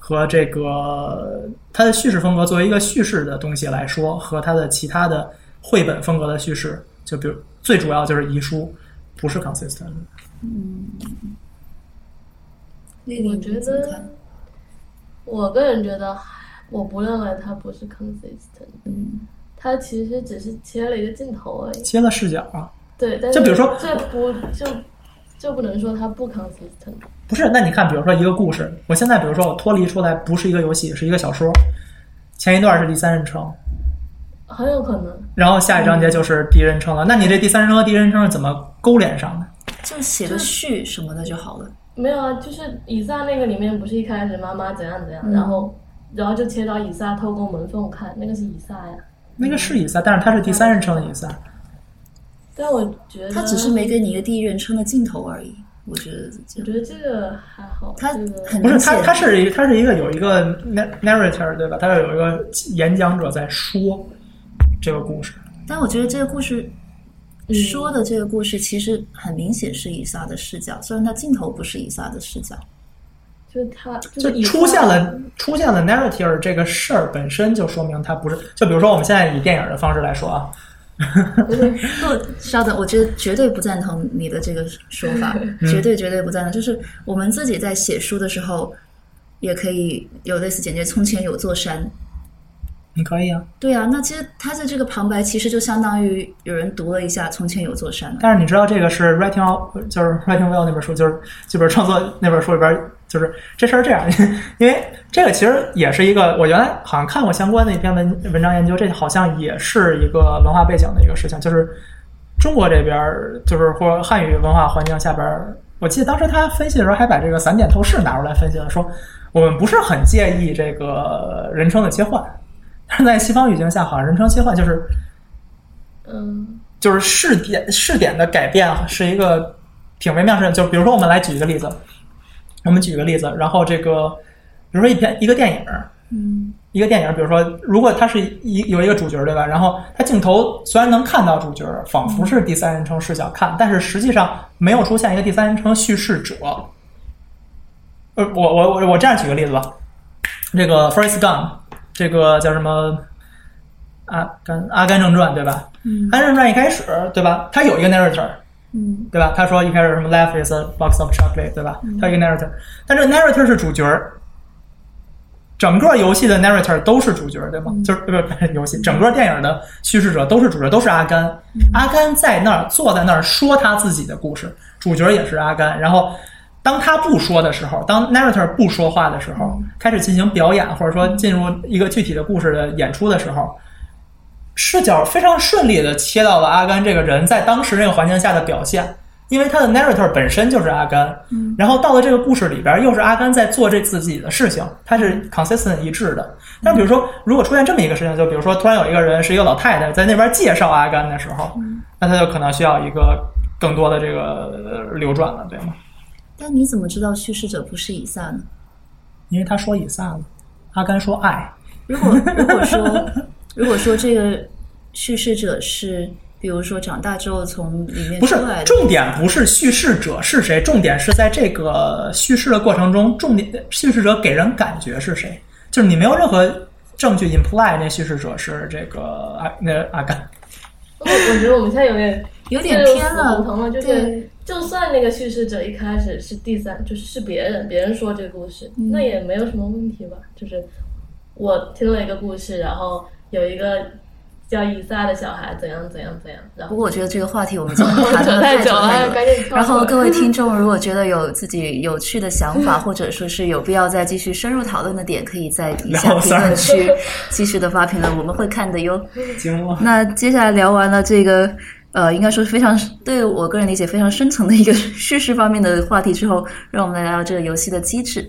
A: 和这个它的叙事风格作为一个叙事的东西来说，和它的其他的绘本风格的叙事，就比如最主要就是遗书，不是 consistent 的。
B: 丽丽
C: 我
B: 你
C: 觉
B: 怎么
C: 得
B: 看，
C: 我个人觉得，我不认为它不是 consistent，
B: 嗯
C: 它其实只是切了一个镜头而已。
A: 切了视角啊，
C: 对，但
A: 就是比如说
C: 这不就就不能说它不 consistent。
A: 不是，那你看，比如说一个故事，我现在比如说我脱离出来，不是一个游戏，是一个小说，前一段是第三人称，
C: 很有可能，
A: 然后下一章节就是第一人称了。那你这第三人称和第一人称是怎么勾连上的？
B: 就写个序什么的就好了。
C: 没有啊，就是以撒那个里面不是一开始妈妈怎样怎
B: 嗯
C: 样，然后然后就切到以撒透过门缝看，那个是以撒呀。
A: 那个是以撒，但是它是第三人称的以啊撒。
C: 但我觉得
B: 他只是没给你一个第一人称的镜头而已，我觉得是这样。
C: 我觉得这个还好，
B: 他
C: 这个
B: 很
A: 不是
B: 明
A: 它，
B: 显，
A: 它是一它是一个有一个 na- narrator 对吧？它是有一个演讲者在说这个故事。
B: 但我觉得这个故事
C: 嗯
B: 说的这个故事其实很明显是以撒的视角，虽然他镜头不是以撒的视角。
C: 就是他就
A: 就是
C: 以撒
A: 出现了出现了 narrator 这个事儿本身就说明它不是。就比如说我们现在以电影的方式来说啊，
B: 不，稍等，我觉得绝对不赞同你的这个说 法，绝对绝对不赞同。就是我们自己在写书的时候，也可以有类似简介。从前有座山，
A: 你可以啊，
B: 对啊，那其实他的这个旁白其实就相当于有人读了一下“从前有座山”了。
A: 但是你知道这个是 writing out，就是 writing well 那本书，就是这本创作那本书里边就是这事儿这样，因为这个其实也是一个，我原来好像看过相关的一篇文文章研究，这好像也是一个文化背景的一个事情，就是中国这边儿就是或者汉语文化环境下边儿，我记得当时他分析的时候还把这个散点透视拿出来分析了，说我们不是很介意这个人称的切换，但是在西方语境下，好像人称切换就是
C: 嗯，
A: 就是试点试点的改变啊是一个挺微妙的事情。就比如说，我们来举一个例子，我们举一个例子，然后这个比如说一篇一个电影，
B: 嗯
A: 一个电影，比如说如果它是一有一个主角对吧，然后它镜头虽然能看到主角，仿佛是第三人称视角看，但是实际上没有出现一个第三人称叙事者。呃，我我我我这样举个例子吧，这个《Forrest Gump》，这个叫什么？阿甘阿甘正传对吧？
B: 嗯
A: 安正传一开始，对吧？他有一个 narrator，
B: 嗯
A: 对吧？他说一开始什么 life is a box of chocolate，对吧？他有一个 narrator，但这个 narrator 是主角儿，整个游戏的 narrator 都是主角儿，对吗？就是不是不 是游戏，整个电影的叙事者都是主角，都是阿甘。阿甘在那儿坐在那儿说他自己的故事，主角也是阿甘。然后当他不说的时候，当 narrator 不说话的时候，开始进行表演或者说进入一个具体的故事的演出的时候。视角非常顺利的切到了阿甘这个人在当时那个环境下的表现，因为他的 narrator 本身就是阿甘，然后到了这个故事里边，又是阿甘在做这自己的事情，他是 consistent 一致的。但比如说，如果出现这么一个事情，就比如说突然有一个人是一个老太太在那边介绍阿甘的时候，那他就可能需要一个更多的这个呃流转了，对吗？
B: 但你怎么知道叙事者不是以撒呢？
A: 因为他说以撒了，阿甘说爱，
B: 如果如果 说如果说这个叙事者是，比如说长大之后从里面
A: 不
B: 出
A: 是
B: 来的，
A: 重点，不是叙事者是谁，重点是在这个叙事的过程中，重点叙事者给人感觉是谁，就是你没有任何证据 imply 那叙事者是这个阿那阿甘。
C: 我我觉得我们现在有点
B: 有点
C: 就是
B: 偏
C: 死
B: 了
C: 胡同了，就
B: 对
C: 是就算那个叙事者一开始是第三，就是是别人，别人说这个故事，
B: 嗯
C: 那也没有什么问题吧？就是我听了一个故事，然后有一个叫以撒的小孩怎样怎样怎样，然
B: 不
C: 后
B: 过我觉得这个话题我们 真的谈论太久
C: 太久了哎赶紧跳
B: 然后
C: 过
B: 各位听众，如果觉得有自己有趣的想 法，或者说是有必要再继续深入讨论的点，可以在底下
A: 聊
B: 评
A: 三儿
B: 论 区继续的发评论，我们会看的哟。
A: 惊了。
B: 那接下来聊完了这个，呃，应该说是非常对我个人理解非常深层的一个叙事方面的话题之后，让我们来聊聊这个游戏的机制。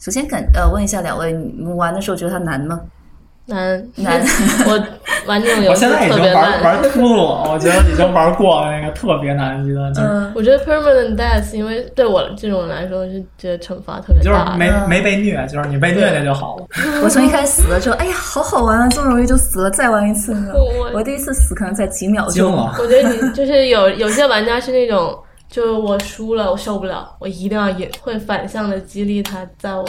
B: 首先感呃问一下两位，你们玩的时候觉得它难吗？
C: 难
B: 难，
C: 我玩这种游
A: 我
C: 戏
A: 现在已
C: 特
A: 经
C: 别
A: 玩
C: 难。
A: 玩秃噜了，我觉得已经玩过了那个特别难，记得就是
B: 嗯，
C: 我觉得 permanent death，因为对我这种人来说是觉得惩罚特别
A: 就是
C: 大。
A: 没没被虐，就是你被虐虐就好了。
B: 我从一开始死了之后，哎呀，好好玩啊，这么容易就死了，再玩一次呢。
C: 我
B: 我第一次死可能才几秒
A: 惊
B: 钟，
A: 了，
C: 我觉得你就是有有些玩家是那种，就是我输了我受不了，我一定要赢，会反向的激励他在我，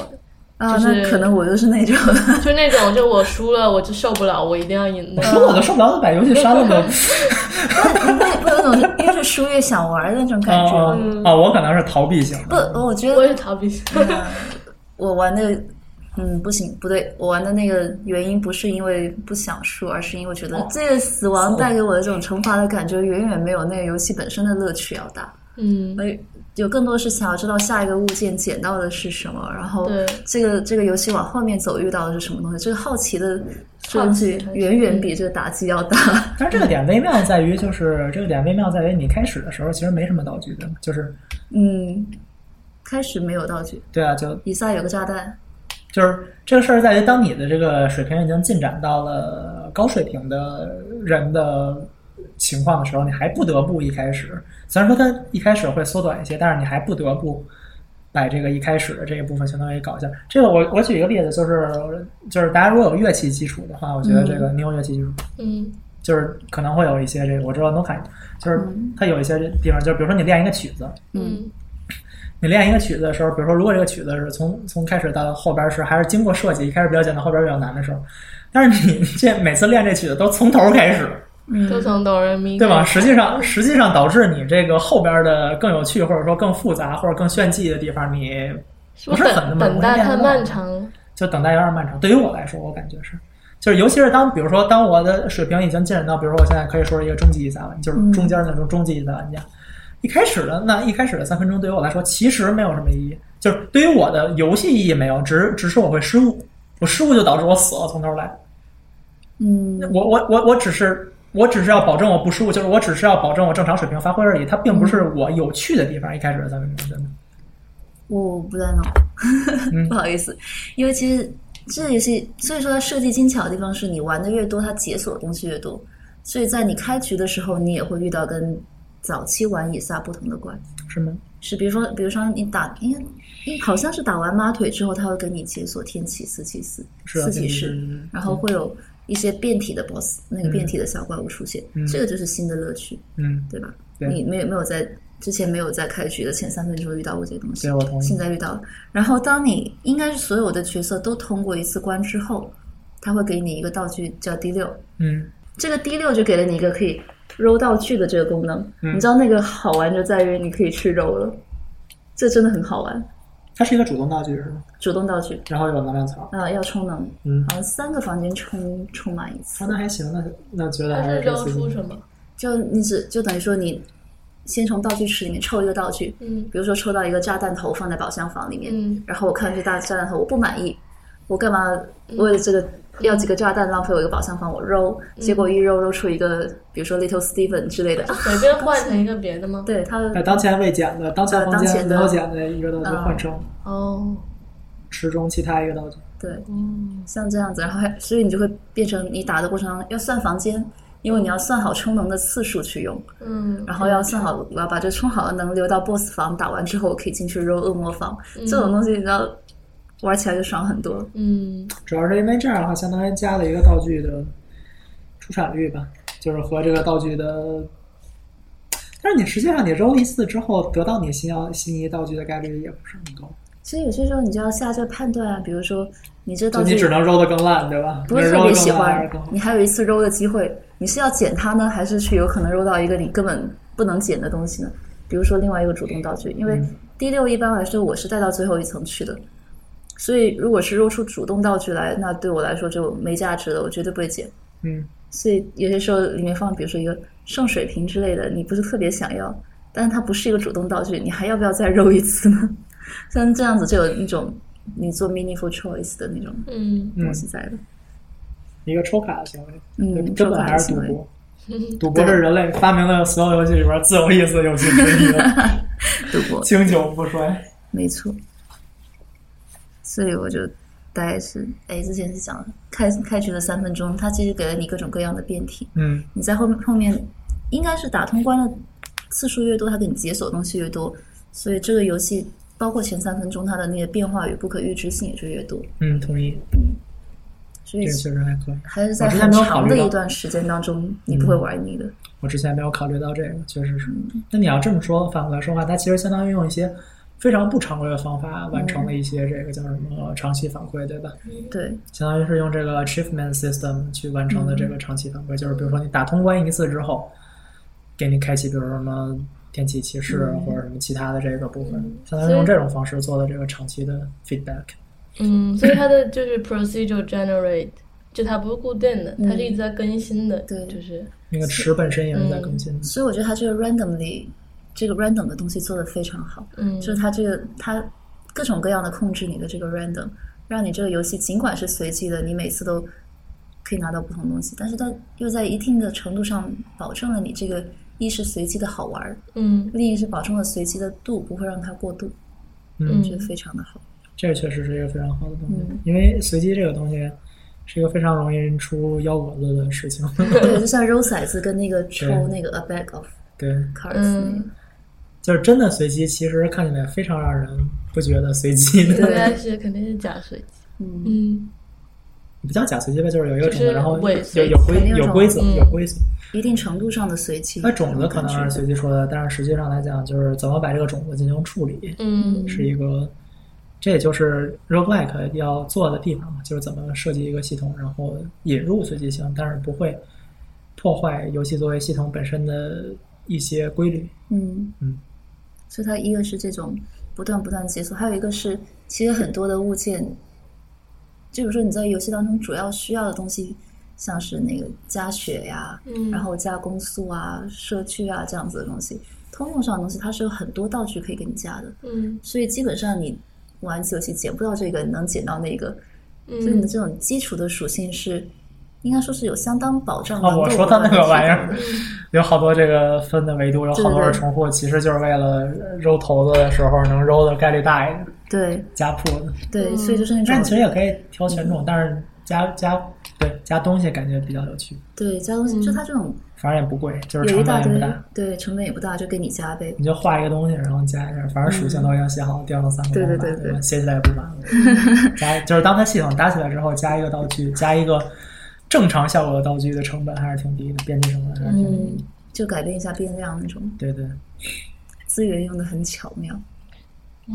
B: 啊，
C: 就是
B: 那可能我就是那种，
C: 就那种就我输了我就受不了，我一定要赢的
A: 我。说我都受不了，就把游戏删了 呗。
B: 不不那种越是输越想玩的那种
A: 啊
B: 感觉。
A: 啊
C: 嗯
A: 啊！我可能是逃避型
B: 不
A: 的，，
B: 我觉
C: 我
B: 得
C: 也是逃避型，
B: 我玩的，嗯，不行，不对，我玩的那个原因不是因为不想输，而是因为觉
C: 哦
B: 得这个死亡带给我的这种惩罚的感觉，远远没有那个游戏本身的乐趣要大。
C: 嗯，
B: 而有更多是想要知道下一个物件捡到的是什么，然后
C: 对
B: 这个这个游戏往后面走遇到的是什么东西，这个好奇的这
C: 好奇
B: 东西
C: 还是
B: 远远比这个打击要大。
A: 但是这个点微妙在于，就是这个点微妙在于，你开始的时候其实没什么道具的，就是
B: 嗯，开始没有道具，
A: 对啊，就
B: 以撒有个炸弹，
A: 就是这个事儿在于，当你的这个水平已经进展到了高水平的人的情况的时候，你还不得不一开始，虽然说它一开始会缩短一些，但是你还不得不把这个一开始的这一部分相当于搞一下。这个我我举一个例子，就是就是大家如果有乐器基础的话，我觉得这个你有乐器基础，
C: 嗯，
A: 就是可能会有一些这个我知道 n o k a 就是它有一些地方，就是比如说你练一个曲子，
C: 嗯，
A: 你练一个曲子的时候，比如说，如果这个曲子是从从开始到后边是还是经过设计，一开始比较简单，后边比较难的时候，但是你这每次练这曲子都从头开始，
C: 就从哆来咪，
A: 对吧？实际上，实际上导致你这个后边的更有趣，或者说更复杂，或者更炫技的地方，你
C: 是不是
A: 不是很那
C: 等等
A: 么
C: 待
A: 容易
C: 太
A: 变化
C: 漫长了？
A: 就等待有点漫长。对于我来说，我感觉是，就是尤其是当比如说当我的水平已经进展到，比如说我现在可以说是一个中级以撒玩，就是中间那种中级以撒玩家。一开始的那一开始的三分钟对于我来说其实没有什么意义，就是对于我的游戏意义没有，只只是我会失误，我失误就导致我死了，从头来。
B: 嗯，
A: 我我我我只是我只是要保证我不失误，就是我只是要保证我正常水平发挥而已，它并不是我有趣的地方。一开始的三分钟真的，
B: 我不太懂，
A: 嗯
B: 不好意思，因为其实这个游戏，所以说它设计精巧的地方是你玩的越多，它解锁的东西越多，所以在你开局的时候，你也会遇到跟早期玩以撒不同的怪，
A: 是吗？
B: 是比如说，比如说你打，应该应好像是打完马腿之后，它会给你解锁天启、四骑士、
A: 是啊
B: 四骑士
A: 对对对嗯对，
B: 然后会有一些变体的 BOSS，那个变体的小怪物出现，这个就是新的乐趣，
A: 嗯，
B: 对吧？
A: 对
B: 你没有没有在之前没有在开局的前三分钟遇到过这些东西
A: 对，我同意
B: 现。在遇到了。然后当你应该是所有的角色都通过一次关之后，它会给你一个道具叫 D 六，
A: 嗯，
B: 这个 D 六就给了你一个可以揉道具的这个功能。
A: 嗯
B: 你知道那个好玩就在于你可以去揉了，这真的很好玩，
A: 它是一个主动道具是吗？
B: 主动道具。
A: 然后有能量槽。
B: 啊、要充能，
A: 嗯
B: 好像三个房间充充满一次
A: 啊，，那还行，那那觉得
C: 它
A: 还
C: 是
A: 是
C: 揉
A: 挺
C: 出
A: 新
C: 什
A: 的。
C: 么？
B: 就你只就等于说你先从道具池里面抽一个道具，
C: 嗯
B: 比如说抽到一个炸弹头放在宝箱房里面，
C: 嗯
B: 然后我看这大炸弹头我不满意，我干嘛为了这
C: 嗯
B: 个要几个炸弹浪费我一个宝箱房？我揉，结果一揉揉出一个，比如说 Little Steven 之类的，啊、
C: 随便换成一个别的吗？
B: 对他
A: 哎，当前未捡的，当前
B: 呃
A: 房
B: 当
A: 间
B: 前
A: 没
B: 的嗯
A: 有捡的一个道具换成
C: 哦，
A: 池中其他一个道具。
B: 对
C: 嗯，
B: 像这样子，然后还所以你就会变成你打的过程当中要算房间，因为你要算好充能的次数去用，
C: 嗯，
B: 然后要算好我要把这充好的能留到 BOSS 房，打完之后我可以进去揉恶魔房，这种东西你知道玩起来就爽很多了。
C: 嗯，
A: 主要是因为这样的话，相当于加了一个道具的出产率吧，就是和这个道具的。但是你实际上你揉一次之后，得到你心要心仪道具的概率也不是很高，
B: 所以有些时候你就要下这判断啊，比如说你这
A: 就
B: 道具
A: 你只能揉得更烂，对吧？
B: 不是
A: 你
B: 特
A: 揉
B: 别
A: 得
B: 喜
A: 更烂还
B: 欢
A: 是更好，
B: 你还有一次揉的机会，你是要捡它呢，还是去有可能揉到一个你根本不能捡的东西呢？比如说另外一个主动道具，因为 D 六一般来说我是带到最后一层去的，所以如果是揉出主动道具来，那对我来说就没价值了，我绝对不会捡。
A: 嗯，
B: 所以有些时候里面放，比如说一个圣水瓶之类的，你不是特别想要，但是它不是一个主动道具，你还要不要再揉一次呢？像这样子就有那种你做 meaningful choice 的那种
C: 嗯，
B: 东西在的。
A: 一个抽卡的行为，
B: 嗯
A: 就
B: 抽
A: 根本
B: 卡的
A: 还是
B: 行
A: 赌
B: 为
A: 博。赌博是人类发明了所有游戏里边最有意思的游戏之一了，
B: 赌博，
A: 经久不衰。
B: 没错。所以我就大概是，哎，之前是讲了开开局的三分钟，它其实给了你各种各样的变体。
A: 嗯，
B: 你在后面后面应该是打通关的次数越多，它给你解锁的东西越多，所以这个游戏包括前三分钟它的那个变化与不可预知性也就越多。
A: 嗯，同意，
B: 所
A: 这
B: 以
A: 个确实还可以。
B: 还是在
A: 我之前
B: 很
A: 没有考
B: 长
A: 虑
B: 的
A: 到嗯
B: 一段时间当中，你不会玩腻的。
A: 我之前没有考虑到这个，确实是。那你要这么说，反过来说话，它其实相当于用一些非常不常规的方法完成了一些这个叫什么长期反馈，对吧？
B: 对，
A: 相当于是用这个 achievement system 去完成的这个长期反馈，就是比如说你打通关一次之后，给你开启，比如说什么天气骑士或者什么其他的这个部分，相当于用这种方式做的这个长期的 feedback。
C: 嗯，所以它的就是 procedure generate，就它不是固定的，它是一直在更新的，
B: 对
C: 就是
A: 那个池本身也是在更新的，
B: 所以我觉得它这个 randomly 这个 random 的东西做的非常好。
C: 嗯，
B: 就是它这个它各种各样的控制你的这个 random，让你这个游戏尽管是随机的，你每次都可以拿到不同东西，但是它又在一定的程度上保证了你这个一是随机的好玩儿，
C: 嗯
B: 另一是保证了随机的度，不会让它过度，
A: 嗯
B: 我觉得非常的 好。
A: 这个确实是一个非常好的东西，
B: 嗯
A: 因为随机这个东西是一个非常容易出幺蛾子的事情。
B: 对，就像揉骰子跟那个抽
A: 对
B: 那个 a bag of
A: 对，
B: cards，、那
C: 嗯
B: 个，
A: 就是真的随机，其实看起来非常让人不觉得随机的，
C: 应该是肯定是假水机，
B: 嗯，
C: 嗯
A: 不叫假随机吧，就是有一个种
C: 就
A: 子，
C: 是
A: 然后
C: 伪
A: 有
C: 随机
A: 有规
B: 肯定是嗯
A: 有规则，
C: 嗯
A: 有规则。
B: 一定程度上的随机。
A: 那种子可
B: 感
A: 能是
B: 觉
A: 随机出的，但是实际上来讲，就是怎么把这个种子进行处理，
C: 嗯
A: 是一个，这也就是 roguelike 要做的地方嘛，就是怎么设计一个系统，然后引入随机性，但是不会破坏游戏作为系统本身的一些规律。
B: 嗯，
A: 嗯
B: 所以它一个是这种不断不断解锁，还有一个是其实很多的物件，就比如说你在游戏当中主要需要的东西，像是那个加血呀，
C: 嗯
B: 然后加攻速啊、社区啊这样子的东西，通用上的东西，它是有很多道具可以给你加的，
C: 嗯
B: 所以基本上你玩起游戏捡不到这个，能捡到那个，所以
C: 嗯
B: 你的这种基础的属性是，应该说是有相当保障
A: 哦
B: 难度
A: 我
B: 的。
A: 说它那个玩意儿，有好多这个分的维度，有好
B: 对
A: 多
B: 对
A: 是
B: 对
A: 重复，其实就是为了揉头子的时候能揉的概率大一点，
B: 对
A: 加铺的。
B: 对，所以就是那
A: 嗯那你其实
B: 种
A: 也可以挑权重，但是加加对加东西感觉比较有趣，
B: 对加东西，就它这种
A: 反正也不贵，就是
B: 有一
A: 成
B: 大
A: 本也
B: 堆
A: 不大。，
B: 对成本也不大，就给你加呗。
A: 你就画一个东西，然后加一下，反正属性都已经写好，掉到三个
B: 嗯对对
A: 方法
B: 对对
A: 吧写起来也不麻烦。加 就是当它系统搭起来之后，加一个道具，加一个正常效果的道具的成本还是挺低的，编辑成本还是挺低的。
B: 嗯，就改变一下变量那种
A: 对对，
B: 资源用的很巧妙。
A: 哦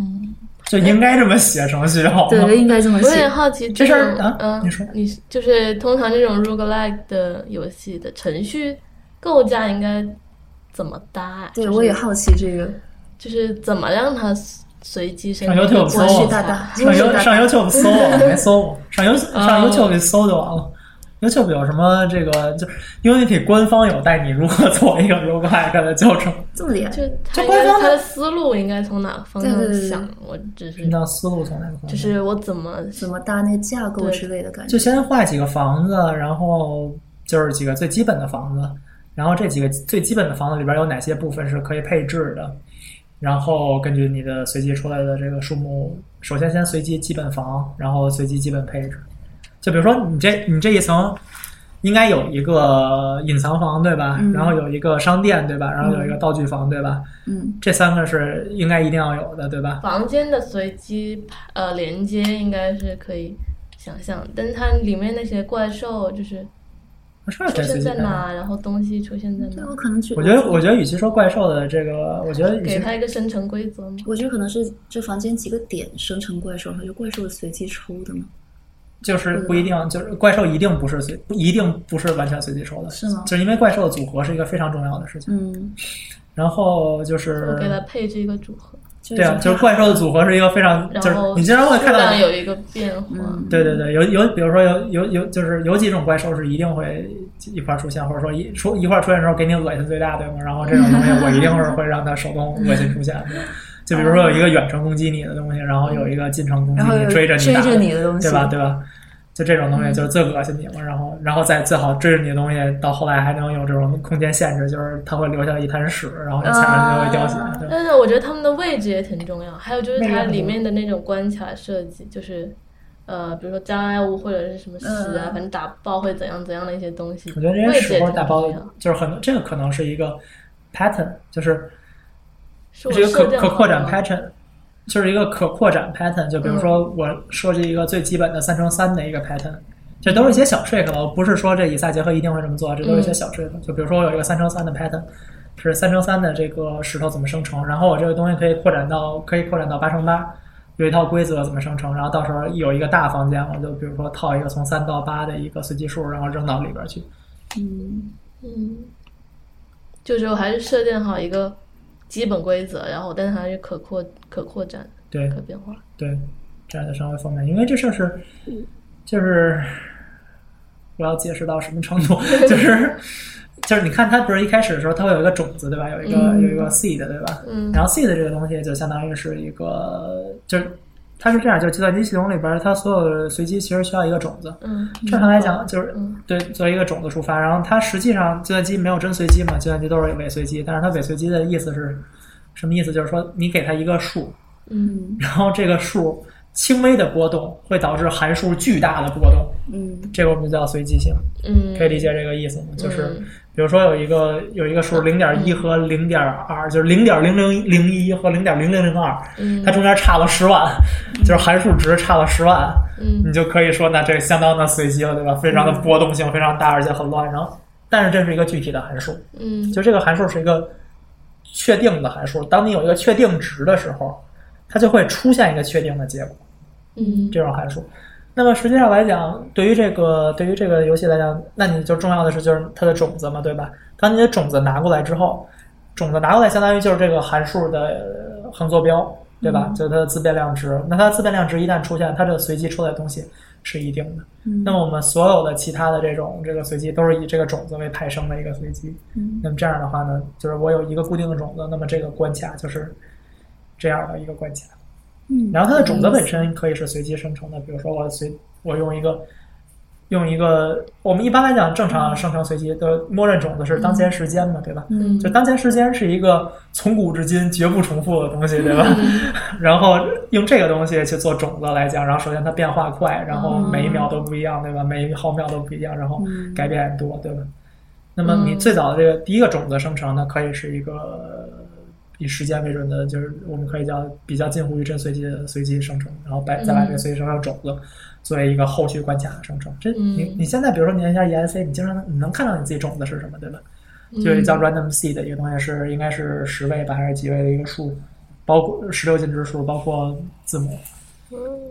A: 就应该这么写程序好吗？
B: 对，应该这么
C: 我有点
B: 写。
C: 好奇
A: 这事儿
C: 种
A: 啊
C: 嗯，
A: 你说
C: 你就是通常这种 roguelike 的游戏的程序构架应该怎么搭呀？
B: 对，
C: 就是
B: 我也好奇这个。
C: 就是怎么让它随机生
A: 上
C: 成
A: YouTube
C: 关
A: 搜
C: 系
A: 啊
B: 大
C: 大
B: 大
A: 上 YouTube 上 YouTube 搜啊，没搜，上 You
B: 哦
A: 上 YouTube 给搜就完了。YouTube 有什么这个？就是 Unity 官方有带你如何做一个 roguelike 的教程，
B: 这么厉害，
C: 就它
A: 就
C: 应
A: 官
C: 该
A: 方
C: 它
A: 的
C: 的思路应该从哪个方
B: 对对
C: 向
B: 对
C: 想？我只是
B: 嗯
A: 你道思路从哪个方向？
C: 就是我怎么
B: 怎么搭那个架构之类的感
A: 就
B: 觉。
A: 先画几个房子，然后就是几个最基本的房子，然后这几个最基本的房子里边有哪些部分是可以配置的，然后根据你的随机出来的这个数目，首先先随机基本房，然后随机基本配置。就比如说你这你这一层应该有一个隐藏房对吧？
B: 嗯
A: 然后有一个商店对吧？然后有一个道具房对吧？
B: 嗯，
A: 这三个是应该一定要有的对吧？
C: 房间的随机呃连接应该是可以想象，但是它里面那些怪兽就是
A: 是
C: 出
A: 这
C: 现
A: 随机
C: 在
A: 配置。
C: 哪，然后东西出现在
B: 对
C: 哪，
B: 我可能觉
A: 我觉得，我觉得，与其说怪兽的这个，我觉得与
C: 给
A: 其
C: 它一个生成规则吗？
B: 我觉得可能是这房间几个点生成怪兽，然后就怪兽随机抽的嘛。
A: 就是不一定，就是怪兽一定不是随，不一定不是完全随机抽的，
B: 是吗
A: 就是因为怪兽的组合是一个非常重要的事情。
B: 嗯，
A: 然后就是
C: 我给它配置一个组合，
B: 就
A: 对啊，就是怪兽的组合是一个非常，就
C: 然
A: 是
C: 后
A: 你经常会看
C: 数
A: 到
C: 量，有一个变化。
B: 嗯
A: 对对对，有有，比如说有有有，就是有几种怪兽是一定会一块儿出现，或者说一出一块儿出现的时候给你恶心最大，对吗？然后这种东西我一定是会让它手动恶心出现的。 就比如说有一个远程攻击你的东西，然后有一个近程攻击
B: 然后
A: 你
B: 有
A: 追着你
B: 追
A: 打的
B: 着你的东西，
A: 对吧？对吧？就这种东西就是最恶心你了，然后然后再最好追着你的东西，到后来还能有这种空间限制，就是它会留下一滩屎，然后你踩上去就会掉血，
B: 啊
A: 对吧？
C: 但是我觉得他们的位置也挺重要，还有就是它里面的那种关卡设计，就是呃，比如说障碍物或者是什么石啊，
B: 嗯
C: 反正打爆会怎样怎样的一些东西。
A: 我觉得这
C: 位
A: 些
C: 置也
A: 屎或者
C: 挺
A: 打包
C: 重要，
A: 就是很多这个可能是一个 pattern，就是
C: 是我
A: 这个
C: 设
A: 可
C: 定
A: 可
C: 好
A: 扩
C: 的
A: 展
C: 吗
A: pattern，就是一个可扩展 pattern。就比如说我设计一个最基本的三乘三的一个 pattern，这都是一些小 trick 了，不是说这以萨结合一定会这么做，这都是一些小 trick。就比如说我有一个三乘三的 pattern。是三乘三的这个石头怎么生成，然后我这个东西可以扩展到可以扩展到八乘八，有一套规则怎么生成，然后到时候有一个大房间，我就比如说套一个从三到八的一个随机数，然后扔到里边去。
B: 嗯，
C: 嗯，就是我还是设定好一个基本规则，然后但是还是可扩可扩展、
A: 对，
C: 可变化。
A: 对，这样就稍微方便，因为这事儿是，
C: 嗯
A: 就是我要解释到什么程 度，就是就是你看它不是一开始的时候，它会有一个种子对吧？有一个、有一个 seed 对吧？
C: 嗯
A: 然后 seed 这个东西就相当于是一个，就是它是这样，就是计算机系统里边儿它所有的随机其实需要一个种子，
C: 嗯，
A: 正常来讲，就是
C: 嗯
A: 对作为一个种子出发，然后它实际上计算机没有真随机嘛，计算机都是伪随机，但是它伪随机的意思是什么意思？就是说你给它一个数，
C: 嗯，
A: 然后这个数轻微的波动会导致函数巨大的波动，
B: 嗯，
A: 这个我们就叫随机性，
C: 嗯，
A: 可以理解这个意思吗？就是
C: 嗯
A: 比如说有一个有一个数零点一和零点二，就是零点零零零一和零点零零零二，
C: 嗯
A: 它中间差了十万，就是函数值差了十万。
C: 嗯
A: 你就可以说，那这相当的随机了，对吧？非常的波动性非常大，而且很乱。然后，但是这是一个具体的函数，
C: 嗯
A: 就这个函数是一个确定的函数。当你有一个确定值的时候，它就会出现一个确定的结果，
C: 嗯
A: 这种函数。那么实际上来讲，对于这个对于这个游戏来讲，那你就重要的是就是它的种子嘛，对吧？当你的种子拿过来之后，种子拿过来相当于就是这个函数的呃横坐标，对吧？就是它的自变量值。那它的自变量值一旦出现，它这个随机出来的东西是一定的。那么我们所有的其他的这种这个随机都是以这个种子为派生的一个随机。
B: 嗯
A: 那么这样的话呢，就是我有一个固定的种子，那么这个关卡就是这样的一个关卡。
B: 嗯，
A: 然后它的种子
B: 有意思
A: 本身可以是随机生成的，比如说我随我用一个用一个，我们一般来讲正常生成随机的默认种子是当前时间嘛，对吧？
B: 嗯
A: 就当前时间是一个从古至今绝不重复的东西，对吧？ 然后用这个东西去做种子来讲，然后首先它变化快，然后每一秒都不一样，对吧？每一毫秒都不一样，然后改变很多，对吧？那么你最早的这个第一个种子生成，它可以是一个以时间为准的，就是我们可以叫比较近乎于真随机的随机生成，然后把再把这个随机生成种子作为一个后续关卡生成。这你
C: 嗯
A: 你现在比如说你按一下 ESC，你经常能你能看到你自己种子是什么，对吧？
C: 嗯
A: 就是叫 random seed 一个东西是应该是十位吧还是几位的一个数，包括十六进制数，包括字母，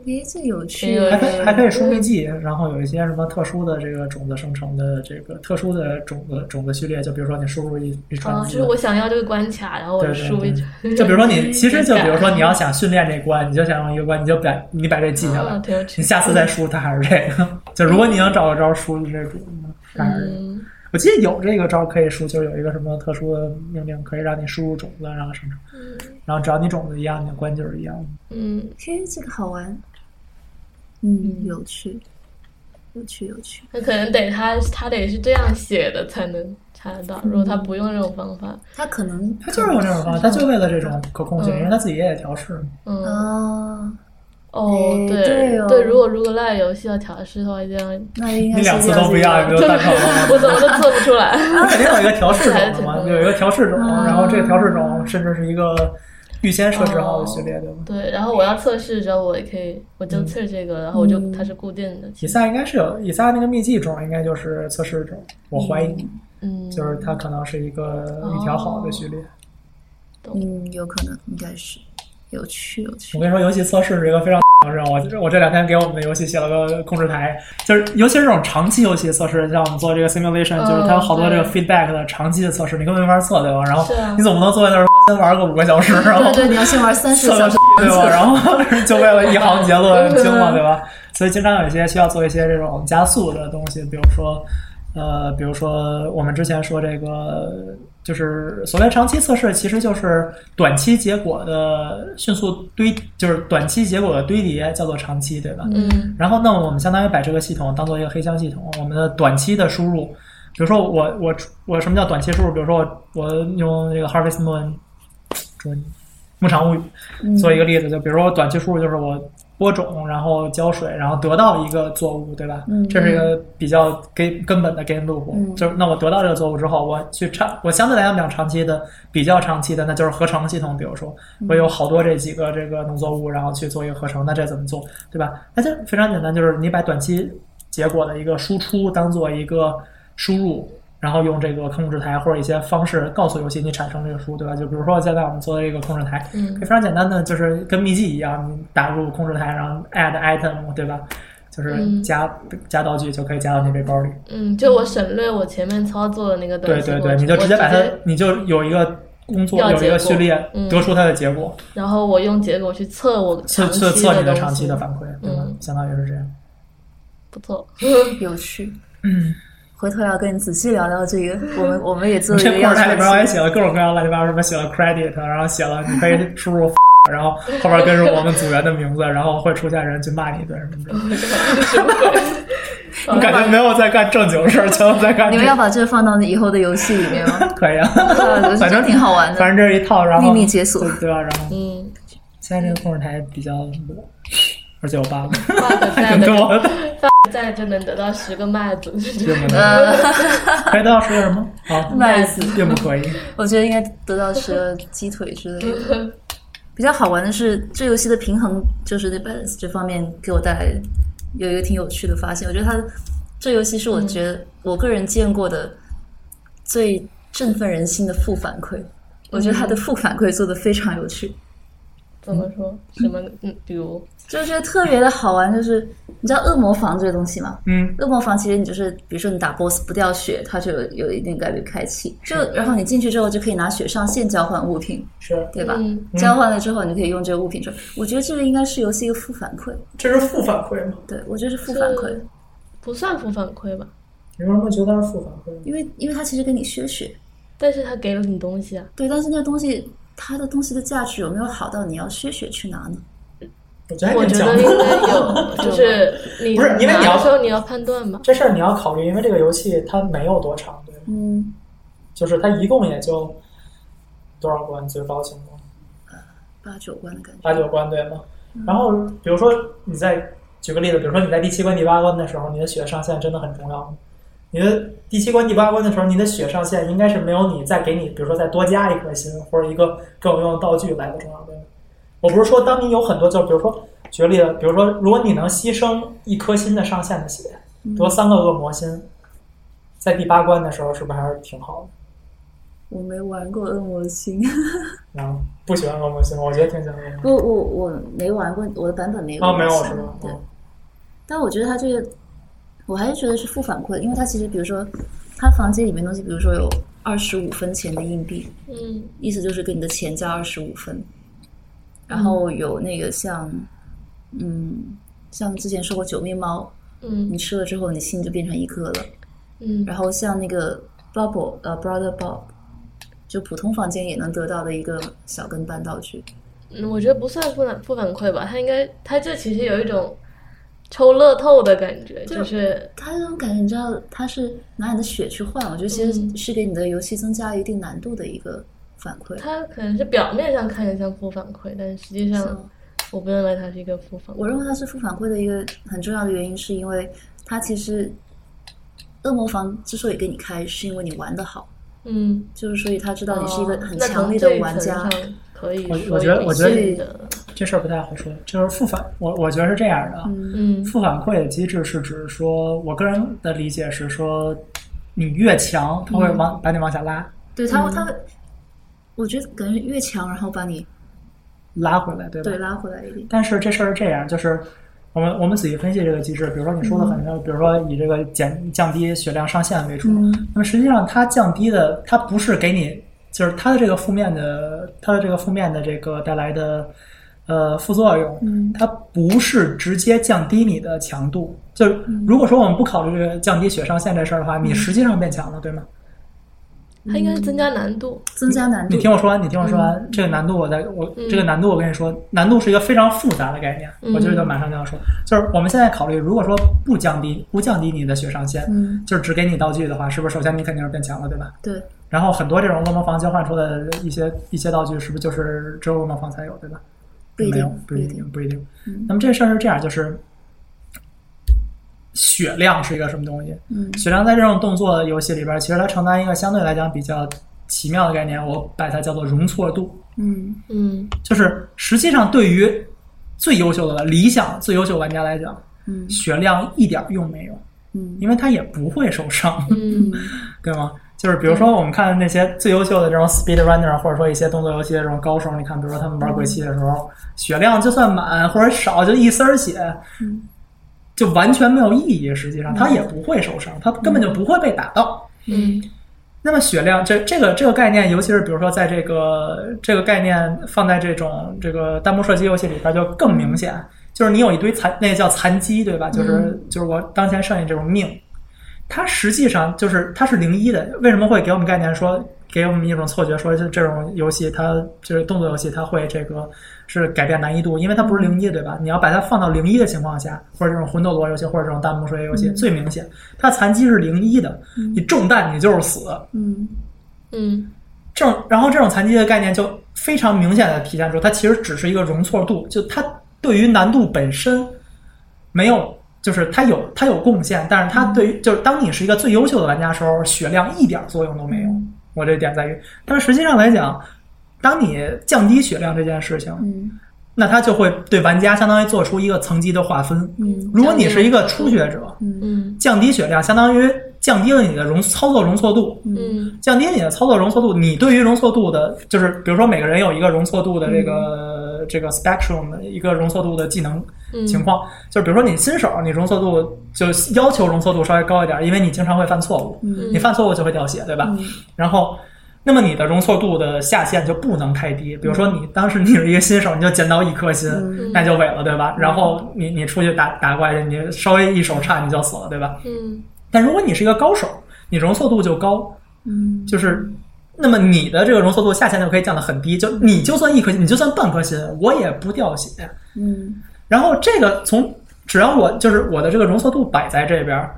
B: 诶，这嗯有
C: 这
B: 趣
C: 个
A: 还可以还可以输秘籍，然后有一些什么特殊的这个种子生成的这个特殊的种子种子序列，就比如说你输入一一串
C: 哦，就
A: 字
C: 是，我想要这个关卡，然后我
A: 对对
C: 输一
A: 对
C: 圈，
A: 就比如说你 其实就比如说你要想训练这关，你就想用一个关，你就把你把这记下来
C: 啊，，挺有趣
A: 你。下次再输它还是这个。 就如果你能找个招儿输这种，还是这个。
C: 嗯，
A: 我记得有这个招儿可以输，就是有一个什么特殊的命令可以让你输入种子，啊然后生成。然后只要你种子一样，你的关就是一样的。
C: 嗯，
B: 嘿，哎这个好玩，嗯，有趣，有趣，有趣。
C: 那可能得他他得是这样写的才能查得
A: 嗯
C: 到，如果他不用这种方法，
B: 他可能
A: 它就是有这种方法，它就为了这种可控性，
C: 嗯
A: 因为它自己也得调试。
C: 嗯，
B: 啊，
C: 哦，
B: 哎
C: 对
B: 对哦
C: 如果如果赖游戏要调试的话，一定要，
B: 那应该是
A: 你两次都不一样，你
B: 这
A: 就
B: 子
A: 单考了。
C: 我怎么都做不出来。
A: 它肯定有一个调试种的嘛，
C: 嗯
A: 有一个调试种，然后这个调试种甚至是一个预先设置好的序列，对吧？
C: 对，然后我要测试之后，我也可以，我
A: 嗯
C: 就测试这个，然后我就它是固定的，
A: 以
C: 其实，
A: 撒应该是有，以撒那个秘籍种应该就是测试种，我怀疑
C: 嗯，
A: 就是它可能是一个预调好的序列。
B: 嗯，有可能应该是有趣，有趣
A: 我。跟你说，游戏测试是一个非常的任务。我我这两天给我们的游戏写了个控制台，就是尤其是这种长期游戏测试，像我们做这个 simulation，、
C: 嗯
A: 就是它有好多这个
C: 对
A: feedback 的长期的测试，你根本没法测对吧？然后
C: 是啊
A: 你总不能坐在那儿先玩个五个小时，然后
B: 对对，你要先玩三十
A: 测
B: 个小
A: 个屁
B: 时，
A: 对吧？然后 就为了一行结论惊了对吧？所以经常有一些需要做一些这种加速的东西，比如说。呃，比如说我们之前说这个，就是所谓长期测试，其实就是短期结果的迅速堆，就是短期结果的堆叠，叫做长期，对吧？
C: 嗯
A: 然后那我们相当于把这个系统当做一个黑箱系统，我们的短期的输入，比如说我我我什么叫短期输入？比如说我我用这个 Harvest Moon，中牧场物
B: 嗯
A: 语做一个例子，就比如说我短期输入就是我播种，然后浇水，然后得到一个作物，对吧？
B: 嗯
A: 这是一个比较根根本的 game loop，、
B: 嗯
A: 就是那我得到这个作物之后，我去长，我相对来讲比较长期的，比较长期的，那就是合成系统，比如说
B: 嗯
A: 我有好多这几个这个农作物，然后去做一个合成，那这怎么做，对吧？那这非常简单，就是你把短期结果的一个输出当做一个输入。然后用这个控制台或者一些方式告诉游戏你产生这个输，对吧？就比如说现在我们做的这个控制台，
C: 嗯
A: 非常简单的，就是跟秘籍一样，你打入控制台，然后 add item，对吧？就是
C: 嗯
A: 加、加道具就可以加到你背包里。
C: 嗯，就我省略我前面操作的那个东
A: 对
C: 西，
A: 对
C: 我
A: 对，你就
C: 我
A: 直接把它，你就有一个工作，
C: 要
A: 有一个
C: 结果
A: 序列，
C: 嗯
A: 得出它的结果，
C: 然后我用结果去测我
A: 测
C: 长期
A: 测测你的
C: 东
A: 长期
C: 西
A: 的反馈，对吧？
C: 嗯
A: 相当于是这样。
C: 不 错，
B: 有趣。嗯，回头要跟你仔细聊聊这个，我 们我们也做了一
A: 这
B: 个
A: 控
B: 样
A: 制台里边我
B: 板
A: 也写了各种各样乱七八糟，什么写了 credit，然后写了你 可以输入，然后后边跟着我们组员的名字，然后会出现人去骂你一顿什么
C: 哦
A: 的。 我感觉没有在干正经事儿，全都在干
B: 你
A: 这
B: 们
A: 个。
B: 要把这个放到你以后的游戏里面吗？
A: 可以啊，
B: 我觉
A: 反
B: 得
A: 正
B: 嗯挺好玩
A: 反
B: 的，
A: 正这是一套，然后
B: 秘密解锁
A: 对对吧？然后
C: 嗯
A: 现在这个控制台比较弱，而且我爸爸
C: ，bug 在
A: 还
C: 的
A: 跟我 的，
C: 在就能得到十个麦子，
A: 并不能，
B: 呃，
A: 可以都要说什么？好，
B: 麦子，
A: 并不可以。
B: 我觉得应该得到十个鸡腿之类的。比较好玩的是，这游戏的平衡就是对 balance 这方面给我带来有一个挺有趣的发现。我觉得它这游戏是我觉得我个人见过的最振奋人心的负反馈。我觉得它的负反馈做的非常有趣，
C: 怎么说？什么？嗯，比如，
B: 就是觉得特别的好玩。就是你知道恶魔房这个东西吗？
A: 嗯，
B: 恶魔房其实你就是，比如说你打 BOSS 不掉血，它就有有一定概率开启。就然后你进去之后就可以拿血上限交换物品，
A: 是，
B: 对吧？
C: 嗯
B: 交换了之后，你可以用这个物品转。我觉得这个应该是游戏一个负反馈，
A: 这是负反馈吗？
B: 对我觉得是负反馈，
C: 是不算负反馈吧，
A: 你为什么觉得它是负反馈？
B: 因为因为它其实跟你削血，
C: 但是他给了你东西啊，
B: 对，但是那个东西它的东西的价值有没有好到你要削血去拿呢？
A: 我觉得
C: 我
A: 还挺
C: 觉
A: 讲
C: 得应
A: 究
C: 该 有，就是你
A: 不是因为你要
C: 拿的时候你要判断嘛。
A: 这事儿你要考虑，因为这个游戏它没有多长，对吧，
B: 嗯，
A: 就是它一共也就多少关最高情况。
B: 八九关的感觉。
A: 八九关对吗？然后比如说你在举个例子，比如说你在第七关、第八关的时候，你的血上限真的很重要。你的第七关、第八关的时候，你的血上限应该是没有你再给你，比如说再多加一颗心或者一个更有用的道具来的重要对吗？我不是说当你有很多，就比如说举个例子，比如说如果你能牺牲一颗心的上限的血，得三个恶魔心，在第八关的时候是不是还是挺好
B: 我没玩过恶魔 星，
A: 的？啊，不喜欢恶魔心吗？我觉得挺喜欢恶魔心。
B: 我我我没玩过，我的版本没有。
A: 啊，没有是吗？
B: 对
A: 嗯，
B: 但我觉得它这个，我还是觉得是负反馈，因为它其实比如说，它房间里面东西，比如说有二十五分钱的硬币，
C: 嗯，
B: 意思就是给你的钱加二十五分，然后有那个像，嗯，像之前说过九面猫，
C: 嗯
B: 你吃了之后你心就变成一个了，
C: 嗯
B: 然后像那个 Bubble 呃 Brother Bob，就普通房间也能得到的一个小跟班道具，
C: 嗯，我觉得不算不反不反馈吧，他应该他这其实有一种抽乐透的感觉，就是
B: 它这种感觉你知道它是拿你的血去换，我觉得其实
C: 嗯
B: 是给你的游戏增加了一定难度的一个反馈。
C: 他可能是表面上看着像负反馈，但实际
B: 是
C: 上
B: 吗
C: 我不认为它是一个负反馈。
B: 我认为它是负反馈的一个很重要的原因，是因为它其实恶魔房之所以给你开，是因为你玩的好，
C: 嗯，
B: 就是所以他知道你是一个很
C: 哦那
B: 强
C: 从
B: 烈
C: 这
B: 的
C: 一
B: 玩
C: 层
B: 家
C: 上。可以
A: 我
C: 说
A: 我觉得
C: 有
A: 我觉得
C: 一定的
A: 这事儿不太好说，就是负反，我我觉得是这样的啊。
C: 嗯
A: 负反馈的机制是指说，我个人的理解是说，你越强，它会往、把你往下拉，
B: 对他，
C: 嗯
B: 他会，我觉得感觉越强，然后把你
A: 拉回来，对吧？
B: 对拉回来一点。
A: 但是这事儿是这样，就是我们我们仔细分析这个机制，比如说你说的很多，比如说以这个减降低血量上限为主，
B: 嗯
A: 那么实际上它降低的，它不是给你，就是它的这个负面的，它的这个负面的这个带来的呃副作用，
C: 嗯
A: 它不是直接降低你的强度。就是
C: 嗯
A: 如果说我们不考虑这个降低血上限这事儿的话，你实际上变强了，对吗？
C: 它应该是增加难度。
B: 增加难
A: 你
B: 度。
A: 听我说完，你听我说完，这个难度我再我、
C: 嗯
A: 这个难度我跟你说，难度是一个非常复杂的概念，
C: 嗯
A: 我觉得马上就要说，就是我们现在考虑，如果说不降低不降低你的血上限，
B: 嗯，
A: 就是只给你道具的话，是不是首先你肯定是变强了，对吧？
B: 对，
A: 然后很多这种恶魔房交换出的一些一些道具，是不是就是只有恶魔房才有，对吧？
B: 不一定
A: 没有
B: 不
A: 不
B: 一
A: 一
B: 定嗯
A: 定，不一定。那么这事儿是这样，就是血量是一个什么东西？
B: 嗯
A: 血量在这种动作游戏里边，其实它承担一个相对来讲比较奇妙的概念，我把它叫做容错度，
B: 嗯
C: 嗯
A: 就是实际上对于最优秀的理想最优秀玩家来讲，
B: 嗯
A: 血量一点用没有，
B: 嗯
A: 因为他也不会受伤。
C: 嗯
A: 对吗？就是比如说，我们看那些最优秀的这种 speed runner，或者说一些动作游戏的这种高手，你看，比如说他们玩鬼泣的时候，血量就算满或者少，就一丝儿血，就完全没有意义。实际上，他也不会受伤，他根本就不会被打到。
C: 嗯
A: 那么血量，这这个这个概念，尤其是比如说在这个这个概念放在这种这个弹幕射击游戏里边，就更明显。就是你有一堆残，那个叫残机，对吧？就是、就是我当前剩下这种命，它实际上就是它是零一的。为什么会给我们概念说，给我们一种错觉说，就这种游戏它就是动作游戏，它会这个是改变难易度，因为它不是零一，对吧？你要把它放到零一的情况下，或者这种魂斗罗游戏，或者这种弹幕射击游戏，最明显，它残机是零一的，你中弹你就是死。
B: 嗯
C: 嗯
A: 这种，然后这种残疾的概念就非常明显的体现出，它其实只是一个容错度，就它对于难度本身没有，就是它有它有贡献，但是它
B: 嗯
A: 对于、就是当你是一个最优秀的玩家的时候，血量一点作用都没有。
B: 嗯
A: 我这点在于，但实际上来讲，当你降低血量这件事情，
B: 嗯
A: 那它就会对玩家相当于做出一个层级的划分。
B: 嗯
A: 如果你是一个初学者，
C: 嗯
A: 降低血量相当于降低了你的容操作容错度，
C: 嗯
A: 降低你的操作容错度，你对于容错度的，就是比如说每个人有一个容错度的这
B: 嗯
A: 个、这个 spectrum 的一个容错度的技能
C: 嗯
A: 情况，就是比如说你新手，你容错度就要求容错度稍微高一点，因为你经常会犯错误，
B: 嗯
A: 你犯错误就会掉血，对吧？然后。那么你的容错度的下限就不能太低，比如说你当时你是一个新手，你就捡到一颗心，
B: 嗯
A: 那就萎了，对吧？然后你你出去打打怪去，你稍微一手差你就死了，对吧？
C: 嗯
A: 但如果你是一个高手，你容错度就高，
B: 嗯
A: 就是，那么你的这个容错度下限就可以降得很低，就你就算一颗，你就算半颗心，我也不掉血。
B: 嗯
A: 然后这个从只要我就是我的这个容错度摆在这边儿，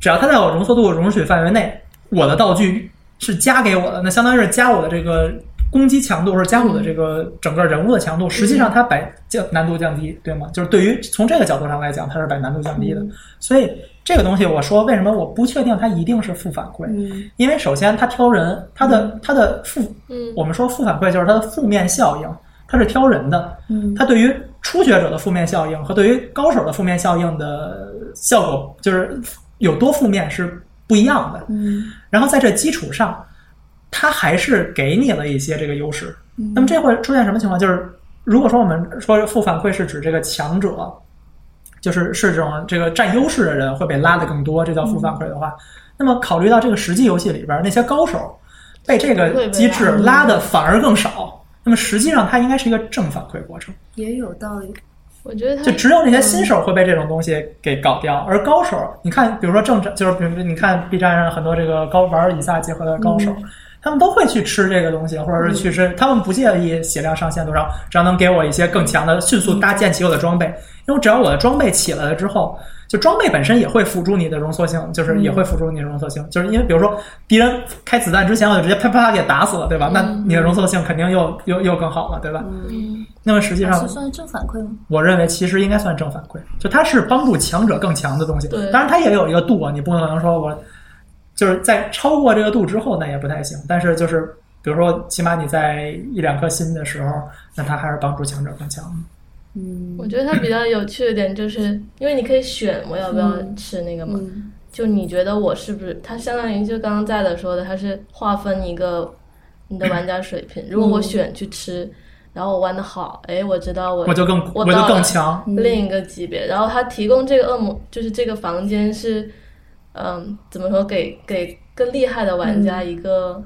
A: 只要它在我容错度容许范围内，我的道具是加给我的，那相当于是加我的这个攻击强度，或者加我的这个整个人物的强度。实际上它把降难度降低，对吗？就是对于从这个角度上来讲，它是把难度降低的。所以这个东西，我说为什么我不确定它一定是负反馈？
B: 嗯
A: 因为首先它挑人，它的它的负，
C: 嗯
A: 我们说负反馈就是它的负面效应，它是挑人的。
B: 嗯
A: 它对于初学者的负面效应和对于高手的负面效应的效果，就是有多负面是不一样的。
B: 嗯
A: 然后在这基础上，它还是给你了一些这个优势。
B: 嗯
A: 那么这会出现什么情况？就是如果说我们说负反馈是指这个强者，就是是这种这个占优势的人会被拉的更多，这叫负反馈的话，那么考虑到这个实际游戏里边儿那些高手被这个机制拉的反而更少，那么实际上它应该是一个正反馈过程。
B: 也有道理，
C: 我觉得他
A: 就只有那些新手会被这种东西给搞掉，而高手，你看，比如说正常，就是比如你看 B 站上很多这个高玩以撒结合的高手，他们都会去吃这个东西，或者是去吃，他们不介意血量上限多少，只要能给我一些更强的、迅速搭建起我的装备，因为只要我的装备起来了之后。就装备本身也会辅助你的容错性，就是也会辅助你的容错性，就是因为比如说敌人开子弹之前，我就直接啪啪给打死了，对吧？那你的容错性肯定又又又更好了，对吧？
B: 嗯
C: 嗯
A: 那么实际上
B: 是算正反馈吗？
A: 我认为其实应该算正反馈，就它是帮助强者更强的东西。
C: 对
A: 当然它也有一个度啊，你不能说我就是在超过这个度之后，那也不太行。但是就是比如说，起码你在一两颗心的时候，那它还是帮助强者更强的。
B: 嗯
C: 我觉得它比较有趣的点就是，因为你可以选我要不要吃那个嘛。
B: 嗯
C: 就你觉得我是不是？它相当于就刚刚在的说的，它是划分一个你的玩家水平。
B: 嗯
C: 如果我选去吃，然后我玩的好，哎，我知道我
A: 我就更
C: 我嗯
A: 就
C: 到
A: 更
C: 了
A: 强。
C: 另一个级别。然后它提供这个恶魔，就是这个房间是，嗯，怎么说给给更厉害的玩家一个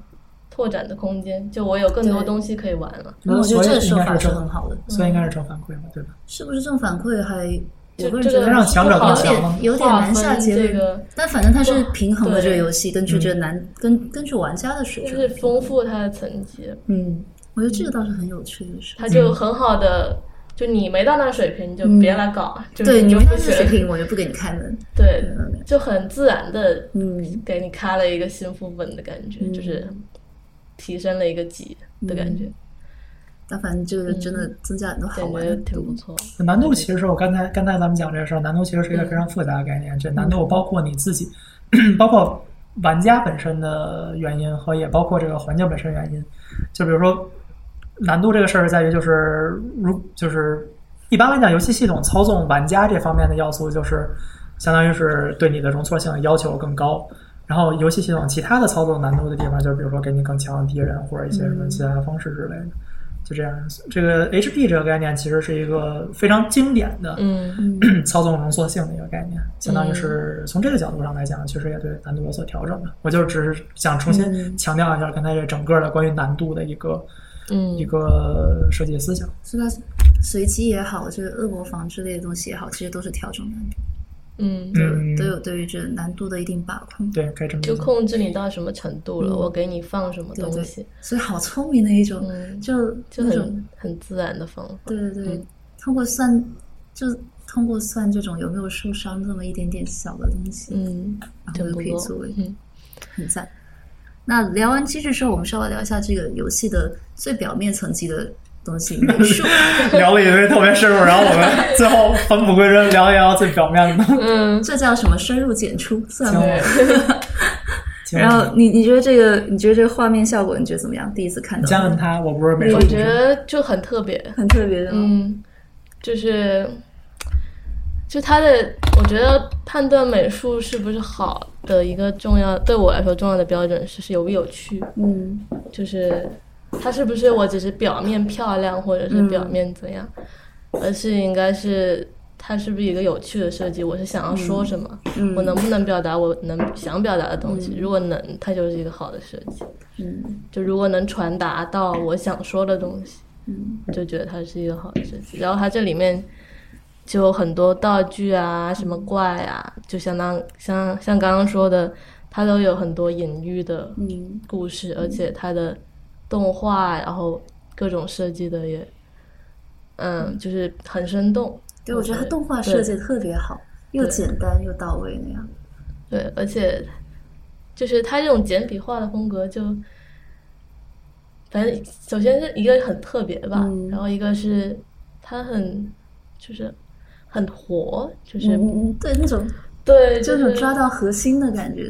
C: 拓展的空间，就我有更多
B: 嗯对
C: 东西可以玩了。
B: 那我觉得
A: 所以
B: 这个
A: 应
B: 说
A: 该
B: 法
A: 是
B: 是
A: 正
B: 很好的，
A: 所以应该是正反馈嘛，对吧？
B: 是不是正反馈还
C: 就
B: 我个人
C: 这
B: 觉
C: 个
A: 能
B: 得
A: 让强者更
B: 有
A: 强吗
B: 点？有点难下结
C: 划分这
B: 论
C: 个，
B: 但反正它是平衡的
C: 对嗯
B: 这个游戏，根据这个难根根据玩家的水
C: 就是
B: 准，
C: 丰富它的层级，
B: 嗯，我觉得这个倒是很有趣的事。
C: 它就很好的，就你没到那水平就别来搞，啊就
B: 嗯对，你
C: 就
B: 们
C: 不
B: 当时水
C: 行，
B: 平，嗯我就不给你开门。
C: 对，就很自然的
B: 嗯，
C: 给你开了一个新副本的感觉，就是提升了一个级的感觉，
B: 但反正这个真的增加很多嗯好
C: 嗯感
B: 玩
C: 觉
B: 的
C: 挺不
B: 东西。
C: 错。
A: 难度其实是我刚才刚才咱们讲这个事儿，难度其实是一个非常复杂的概念。这难度包括你自己， 包括玩家本身的原因，和也包括这个环境本身原因。就比如说，难度这个事儿在于就是如就是一般来讲，游戏系统操纵玩家这方面的要素，就是相当于是对你的容错性的要求更高。然后游戏系统其他的操作难度的地方，就是比如说给你更强的敌人，或者一些
C: 嗯
A: 什么其他的方式之类的。就这样，这个 HP 这个概念其实是一个非常经典
B: 啊
A: 的、
C: 嗯，
A: 操纵容错性的一个概念，相当于是从这个角度上来讲，其实也对难度有所调整的。我就只是想重新强调一下刚才这整个的关于难度的一个、
C: 嗯
A: 一个设计思想。
B: 是它随机也好，就是恶魔房之类的东西也好，这些都是调整难度，
C: 嗯，
A: 嗯，
B: 都有对于这难度的一定把控。
A: 对，可以这么
C: 就
A: 理解。
C: 控制你到什么程度了，我给你放什么
B: 嗯对
C: 东
B: 对
C: 西，，
B: 所以好聪明的一种，
C: 嗯
B: 就
C: 就
B: 那种
C: 很嗯很自然的方法。
B: 对对对，通过算就通过算这种有没有受伤这么一点点小的东西，
C: 嗯，
B: 然后
C: 真
B: 就
C: 不
B: 可以作
C: 错
B: 为。
C: 嗯
B: 很赞。那聊完机制之后，我们稍微聊一下这个游戏的最表面层级的东西，美 术。
A: 聊了一堆特别深入，然后 我们最后返璞归真，聊一聊最表面的。
C: 嗯，
B: 这叫什么深入浅出，算吗？
A: 请
B: 然后你你觉得这个你觉得这个画面效果你觉得怎么样？第一次看
A: 你想
B: 到
A: 问他，我不是美术
C: 我
A: 主
C: 觉
A: 持，
C: 得就很特别，
B: 很特别的吗，
C: 嗯，就是，就他的，我觉得判断美术是不是好的一个重要，对我来说重要的标准是是有不有趣，
B: 嗯
C: 就是它是不是我只是表面漂亮或者是表面怎样，而是应该是它是不是一个有趣的设计，我是想要说什么，我能不能表达我能想表达的东西，如果能，它就是一个好的设计，
B: 嗯
C: 就如果能传达到我想说的东西，就觉得它是一个好的设计。然后它这里面就有很多道具啊，什么怪啊，就相当像像刚刚说的，它都有很多隐喻的
B: 嗯
C: 故事，而且它的动画，然后各种设计的也，嗯，就是很生动。
B: 对，我觉得它
C: 对
B: 动画设计得特别好，又
C: 对
B: 简单又到位那样。
C: 对，而且就是他这种简笔画的风格就，反正首先是一个很特别吧，
B: 嗯
C: 然后一个是他很就是很活，就是、
B: 嗯，嗯对，那种
C: 对，
B: 就
C: 就是是
B: 抓到核心的感觉，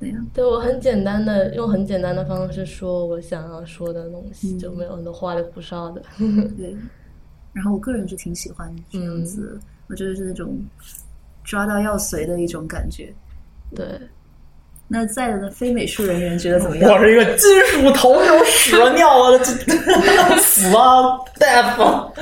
B: 那样。
C: 对我很简单的用很简单的方式说我想要说的东西，
B: 嗯
C: 就没有很多花里胡哨的。
B: 对，然后我个人是挺喜欢这样子，我觉得是那种抓到要髓的一种感觉。
C: 对，
B: 那在的非美术人员觉得怎么样？
A: 我是一个金属头那种屎啊尿啊， 这死啊，death，啊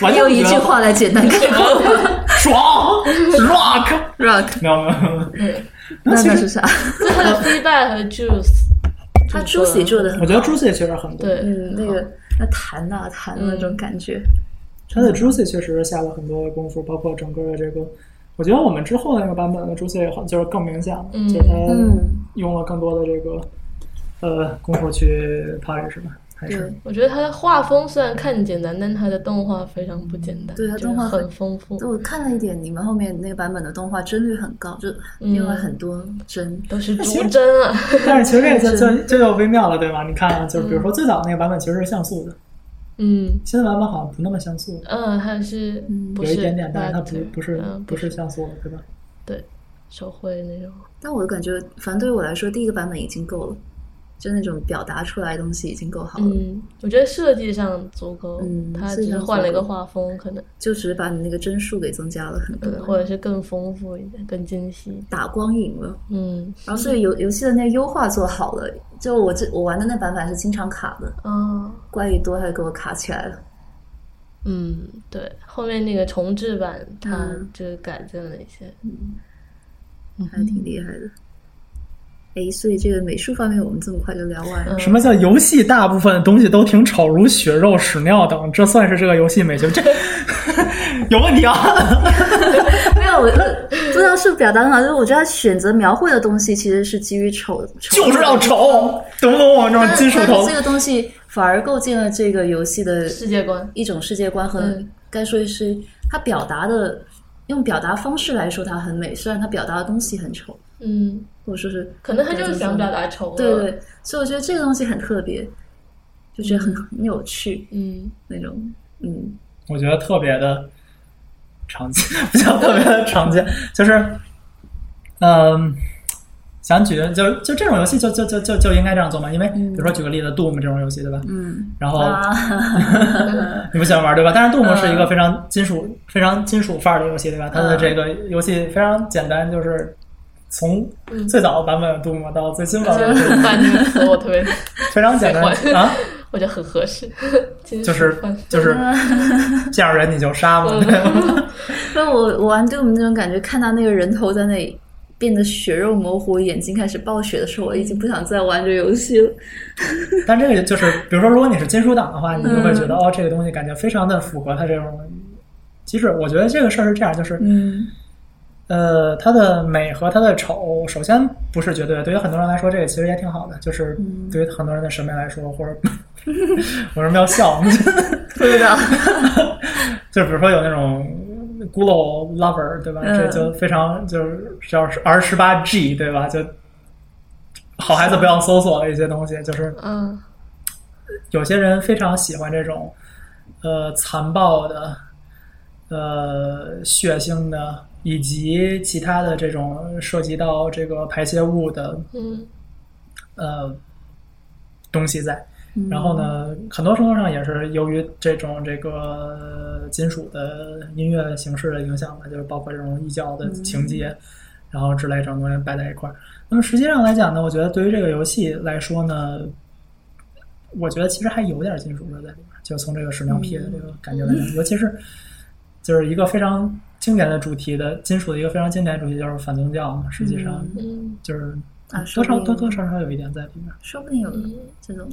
A: 完全
B: 用一句话来简单 概括
A: 爽 rock，
B: ：rock。
A: 没有没有没有，
B: 嗯那那是啥？
C: 所以他的 feedback 和 juice，
B: 他 juicy 做的很
A: 我，觉得 juicy 确实很多，
C: 对，
B: 嗯，那个那弹呐弹的那种感觉，
A: 他在 juicy 确实下了很多功夫，包括整个的这个。我觉得我们之后的那个版本的 juicy 就是更明显了，
C: 嗯
A: 就是他
B: 嗯，
A: 用了更多的这个呃功夫去 polish 吧，还是
B: 对。
C: 我觉得他的画风虽然看简单，但他的动画非常不简单，
B: 对它
C: 就是
B: 动画很
C: 很丰富，
B: 我看了一点你们后面那个版本的动画，帧率很高，就
C: 嗯
B: 用了很多帧。
C: 都 是竹针啊。
A: 但是其实这个就就就又微妙了，对吧？你看啊，就是比如说最早那个版本其实是像素的，
C: 嗯
A: 新的版本好像不那么像素，
C: 嗯，还是
B: 嗯
C: 不
A: 有
C: 是
A: 一点点，但是它
C: back
A: 不
C: to-
A: 不是
C: 嗯
A: 不是像素的，对吧？
C: 手绘那种。
B: 但我感觉，反正对我来说，第一个版本已经够了，就那种表达出来的东西已经够好了。
C: 嗯，我觉得设计上足够
B: 嗯，
C: 他
B: 设计
C: 只是
B: 上
C: 换了一
B: 足够
C: 个画风，可能
B: 就只是把你那个帧数给增加了很多，
C: 嗯或者是更丰富一点，更精细一点。
B: 打光影了。
C: 嗯
B: 然后所以游游戏的那个优化做好了，就我这我玩的那版本还是经常卡的，
C: 啊。
B: 怪一多还给我卡起来了。
C: 嗯，对，后面那个重置版，它
B: 嗯
C: 就是改进了一些。
A: 嗯
B: 还挺厉害的。哎，所以这个美术方面我们这么快就聊完了，
C: 嗯
A: 什么叫游戏？大部分东西都挺丑，如血肉、屎尿等，这算是这个游戏美学？这 有问题啊！
B: 没有我呃不知道是表达得很好，就是我觉得他选择描绘的东西其实是基于丑，丑
A: 就是要丑，懂不懂我这
B: 但
A: 种金属
B: 但
A: 头
B: 是这？个东西反而构建了这个游戏的
C: 世界观，
B: 一种世界观和
C: 嗯
B: 该说是它表达的，用表达方式来说它很美，虽然它表达的东西很丑，
C: 嗯，
B: 或者说是
C: 可能他就是想表达丑恶。
B: 对，对，所以我觉得这个东西很特别，就觉得很很有趣
C: 嗯，
B: 那种，嗯
A: 我觉得特别的常见， 不叫特别的常见，就是，嗯。想举个，就就这种游戏就，就就就就应该这样做嘛。因为比如说举个例子，Doom 这种游戏，对吧？
B: 嗯
A: 然后
B: 啊， 嗯
A: 你不喜欢玩对吧？但是 Doom 是一个非常金属、非常金属范儿的游戏，对吧？它的这个游戏非常简单，就是从
C: 嗯
A: 最早版本的 Doom 到最新版
C: 就
B: 嗯
A: 本 的
C: 是
A: Doom，
C: 饭这个词我特别，
A: 非常简单
C: 喜欢
A: 啊，
C: 我觉得很合适。 金属
A: 就是
C: 饭
A: 就是见着人你就杀嘛，
B: 嗯
A: 对吧？
B: 所以我我玩 Doom 那种感觉，看到那个人头在那里。变得血肉模糊，眼睛开始暴血的时候，我已经不想再玩这游戏了。
A: 但这个就是，比如说，如果你是金属党的
B: 嗯
A: 话，你就会觉得、哦，这个东西感觉非常的符合它这种机制。我觉得这个事儿是这样，就是
B: 嗯
A: 呃，它的美和它的丑，首先不是绝对的。对于很多人来说，这个其实也挺好的，就是
B: 嗯
A: 对于很多人的审美来说， 或者我为什么要笑？
B: 不知道，
A: 就比如说有那种孤陋 lover，对吧？
B: 嗯
A: 这就非常就是只要是 R 十八 G，对吧？就好孩子不要搜索的一些东西，就是
C: 嗯
A: 有些人非常喜欢这种呃残暴的、呃血腥的，以及其他的这种涉及到这个排泄物的
C: 嗯
A: 呃东西在。然后呢，很多程度上也是由于这种这个金属的音乐形式的影响吧，就是包括这种异教的情节，然后之类这种东西摆在一块儿。那么实际上来讲呢，我觉得对于这个游戏来说呢，我觉得其实还有点金属味在里面，就从这个屎尿屁的这个感觉来讲，尤其是就是一个非常经典的主题的金属的一个非常经典的主题就是反宗教嘛，实际上
C: 嗯
A: 就是
B: 啊说
A: 多
B: 不
A: 少
B: 定
A: 多多少少有一点在里面。
B: 说不定有这种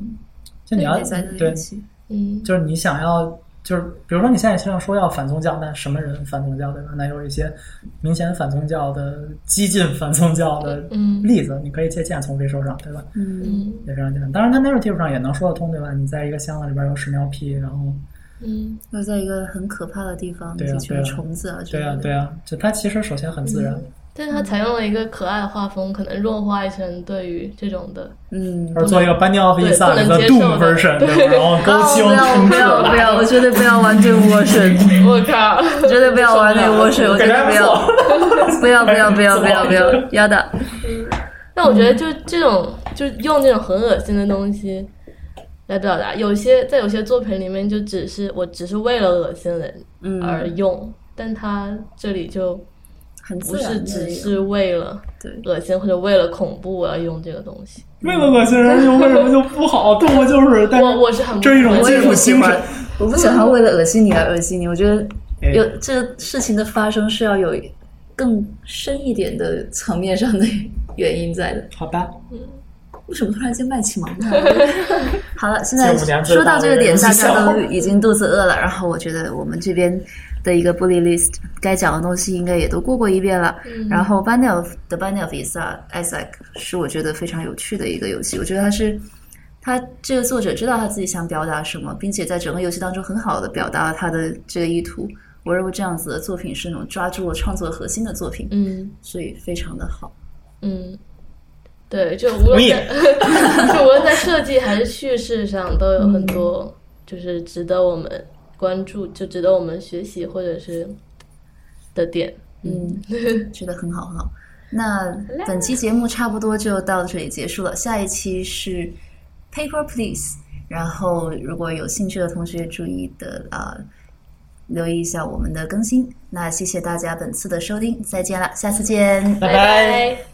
A: 就你要
B: 对在这个
A: 对
B: 游。戏
C: 嗯
A: 就是你想要，就是比如说你现在经常说要反宗教，那什么人反宗教对吧？那有一些明显反宗教的、激进反宗教的
C: 嗯
A: 例子，你可以借鉴从这手上对吧？
B: 嗯，
C: 嗯
A: 也非常简单。当然，它 narrative 上也能说得通对吧？你在一个箱子里边有屎尿屁，然后
C: 嗯，
B: 又在一个很可怕的地方，
A: 对啊
B: 的确
A: 对啊
B: 虫子啊之
A: 对
B: 类
A: 啊，
B: 的。嗯
A: 对啊，就它其实首先很自然，
C: 但是它采用了一个可爱的画风，可能弱化一层对于这种的
B: 嗯，
A: 而做一个班尼奥和伊萨里的
C: 对不
A: Doom
C: 能接受
A: version，
C: 的
A: 对吧？然后高清
B: 哦
A: 屏
B: 不要不要不要，我绝对不要玩这 version，
A: 嗯
C: 我靠，
B: 绝对不要玩那个 version，我
A: 感
B: 绝
A: 觉
B: 对
A: 还不
B: 不要。
A: 错。
B: 不要不要不要不要不 要，要的。
C: 那我觉得就这种，就用这种很恶心的东西来表达，有些在有些作品里面就只是我只是为了恶心人
B: 嗯，
C: 而用，但他这里就
B: 很自
C: 不
B: 然
C: 是
B: 的
C: 只
B: 一种
C: 是为了
B: 对
C: 恶心或者为了恐怖我要用这个东西。
A: 为了恶心人，就为什么就不好？动物就是，但
C: 我我是很不
A: 这是一种
B: 我
A: 技
B: 也
A: 术
B: 不喜
A: 精
B: 欢
A: 神。，
B: 我不喜欢为了恶心你而恶心你。我觉得
A: 哎
B: 有这个事情的发生是要有更深一点的层面上的原因在的。
A: 好吧，
B: 为什么突然间卖起盲肠？好了，现在
A: 九五年最
B: 说到这个点，
A: 大
B: 大家都
A: 的游戏项目
B: 已经肚子饿了。然后我觉得我们这边的一个 bully list 该讲的东西应该也都过过一遍了。
C: 嗯
B: 然后 b a n d of The b a n d of Isaac Isaac 是我觉得非常有趣的一个游戏，我觉得它是。他这个作者知道他自己想表达什么，并且在整个游戏当中很好的表达了他的这个意图。我认为这样子的作品是那种抓住了创作核心的作品，
C: 嗯
B: 所以非常的好。
C: 嗯，对，就无论在就无论在 设计还是叙事上都有很多就是值得我们关注，就值得我们学习或者是的点。
B: 嗯，觉得很好很好。那本期节目差不多就到这里结束了，下一期是 Paper Please。然后，如果有兴趣的同学，注意的啊、呃留意一下我们的更新。那谢谢大家本次的收听，再见了，下次见。
A: 拜
C: 拜。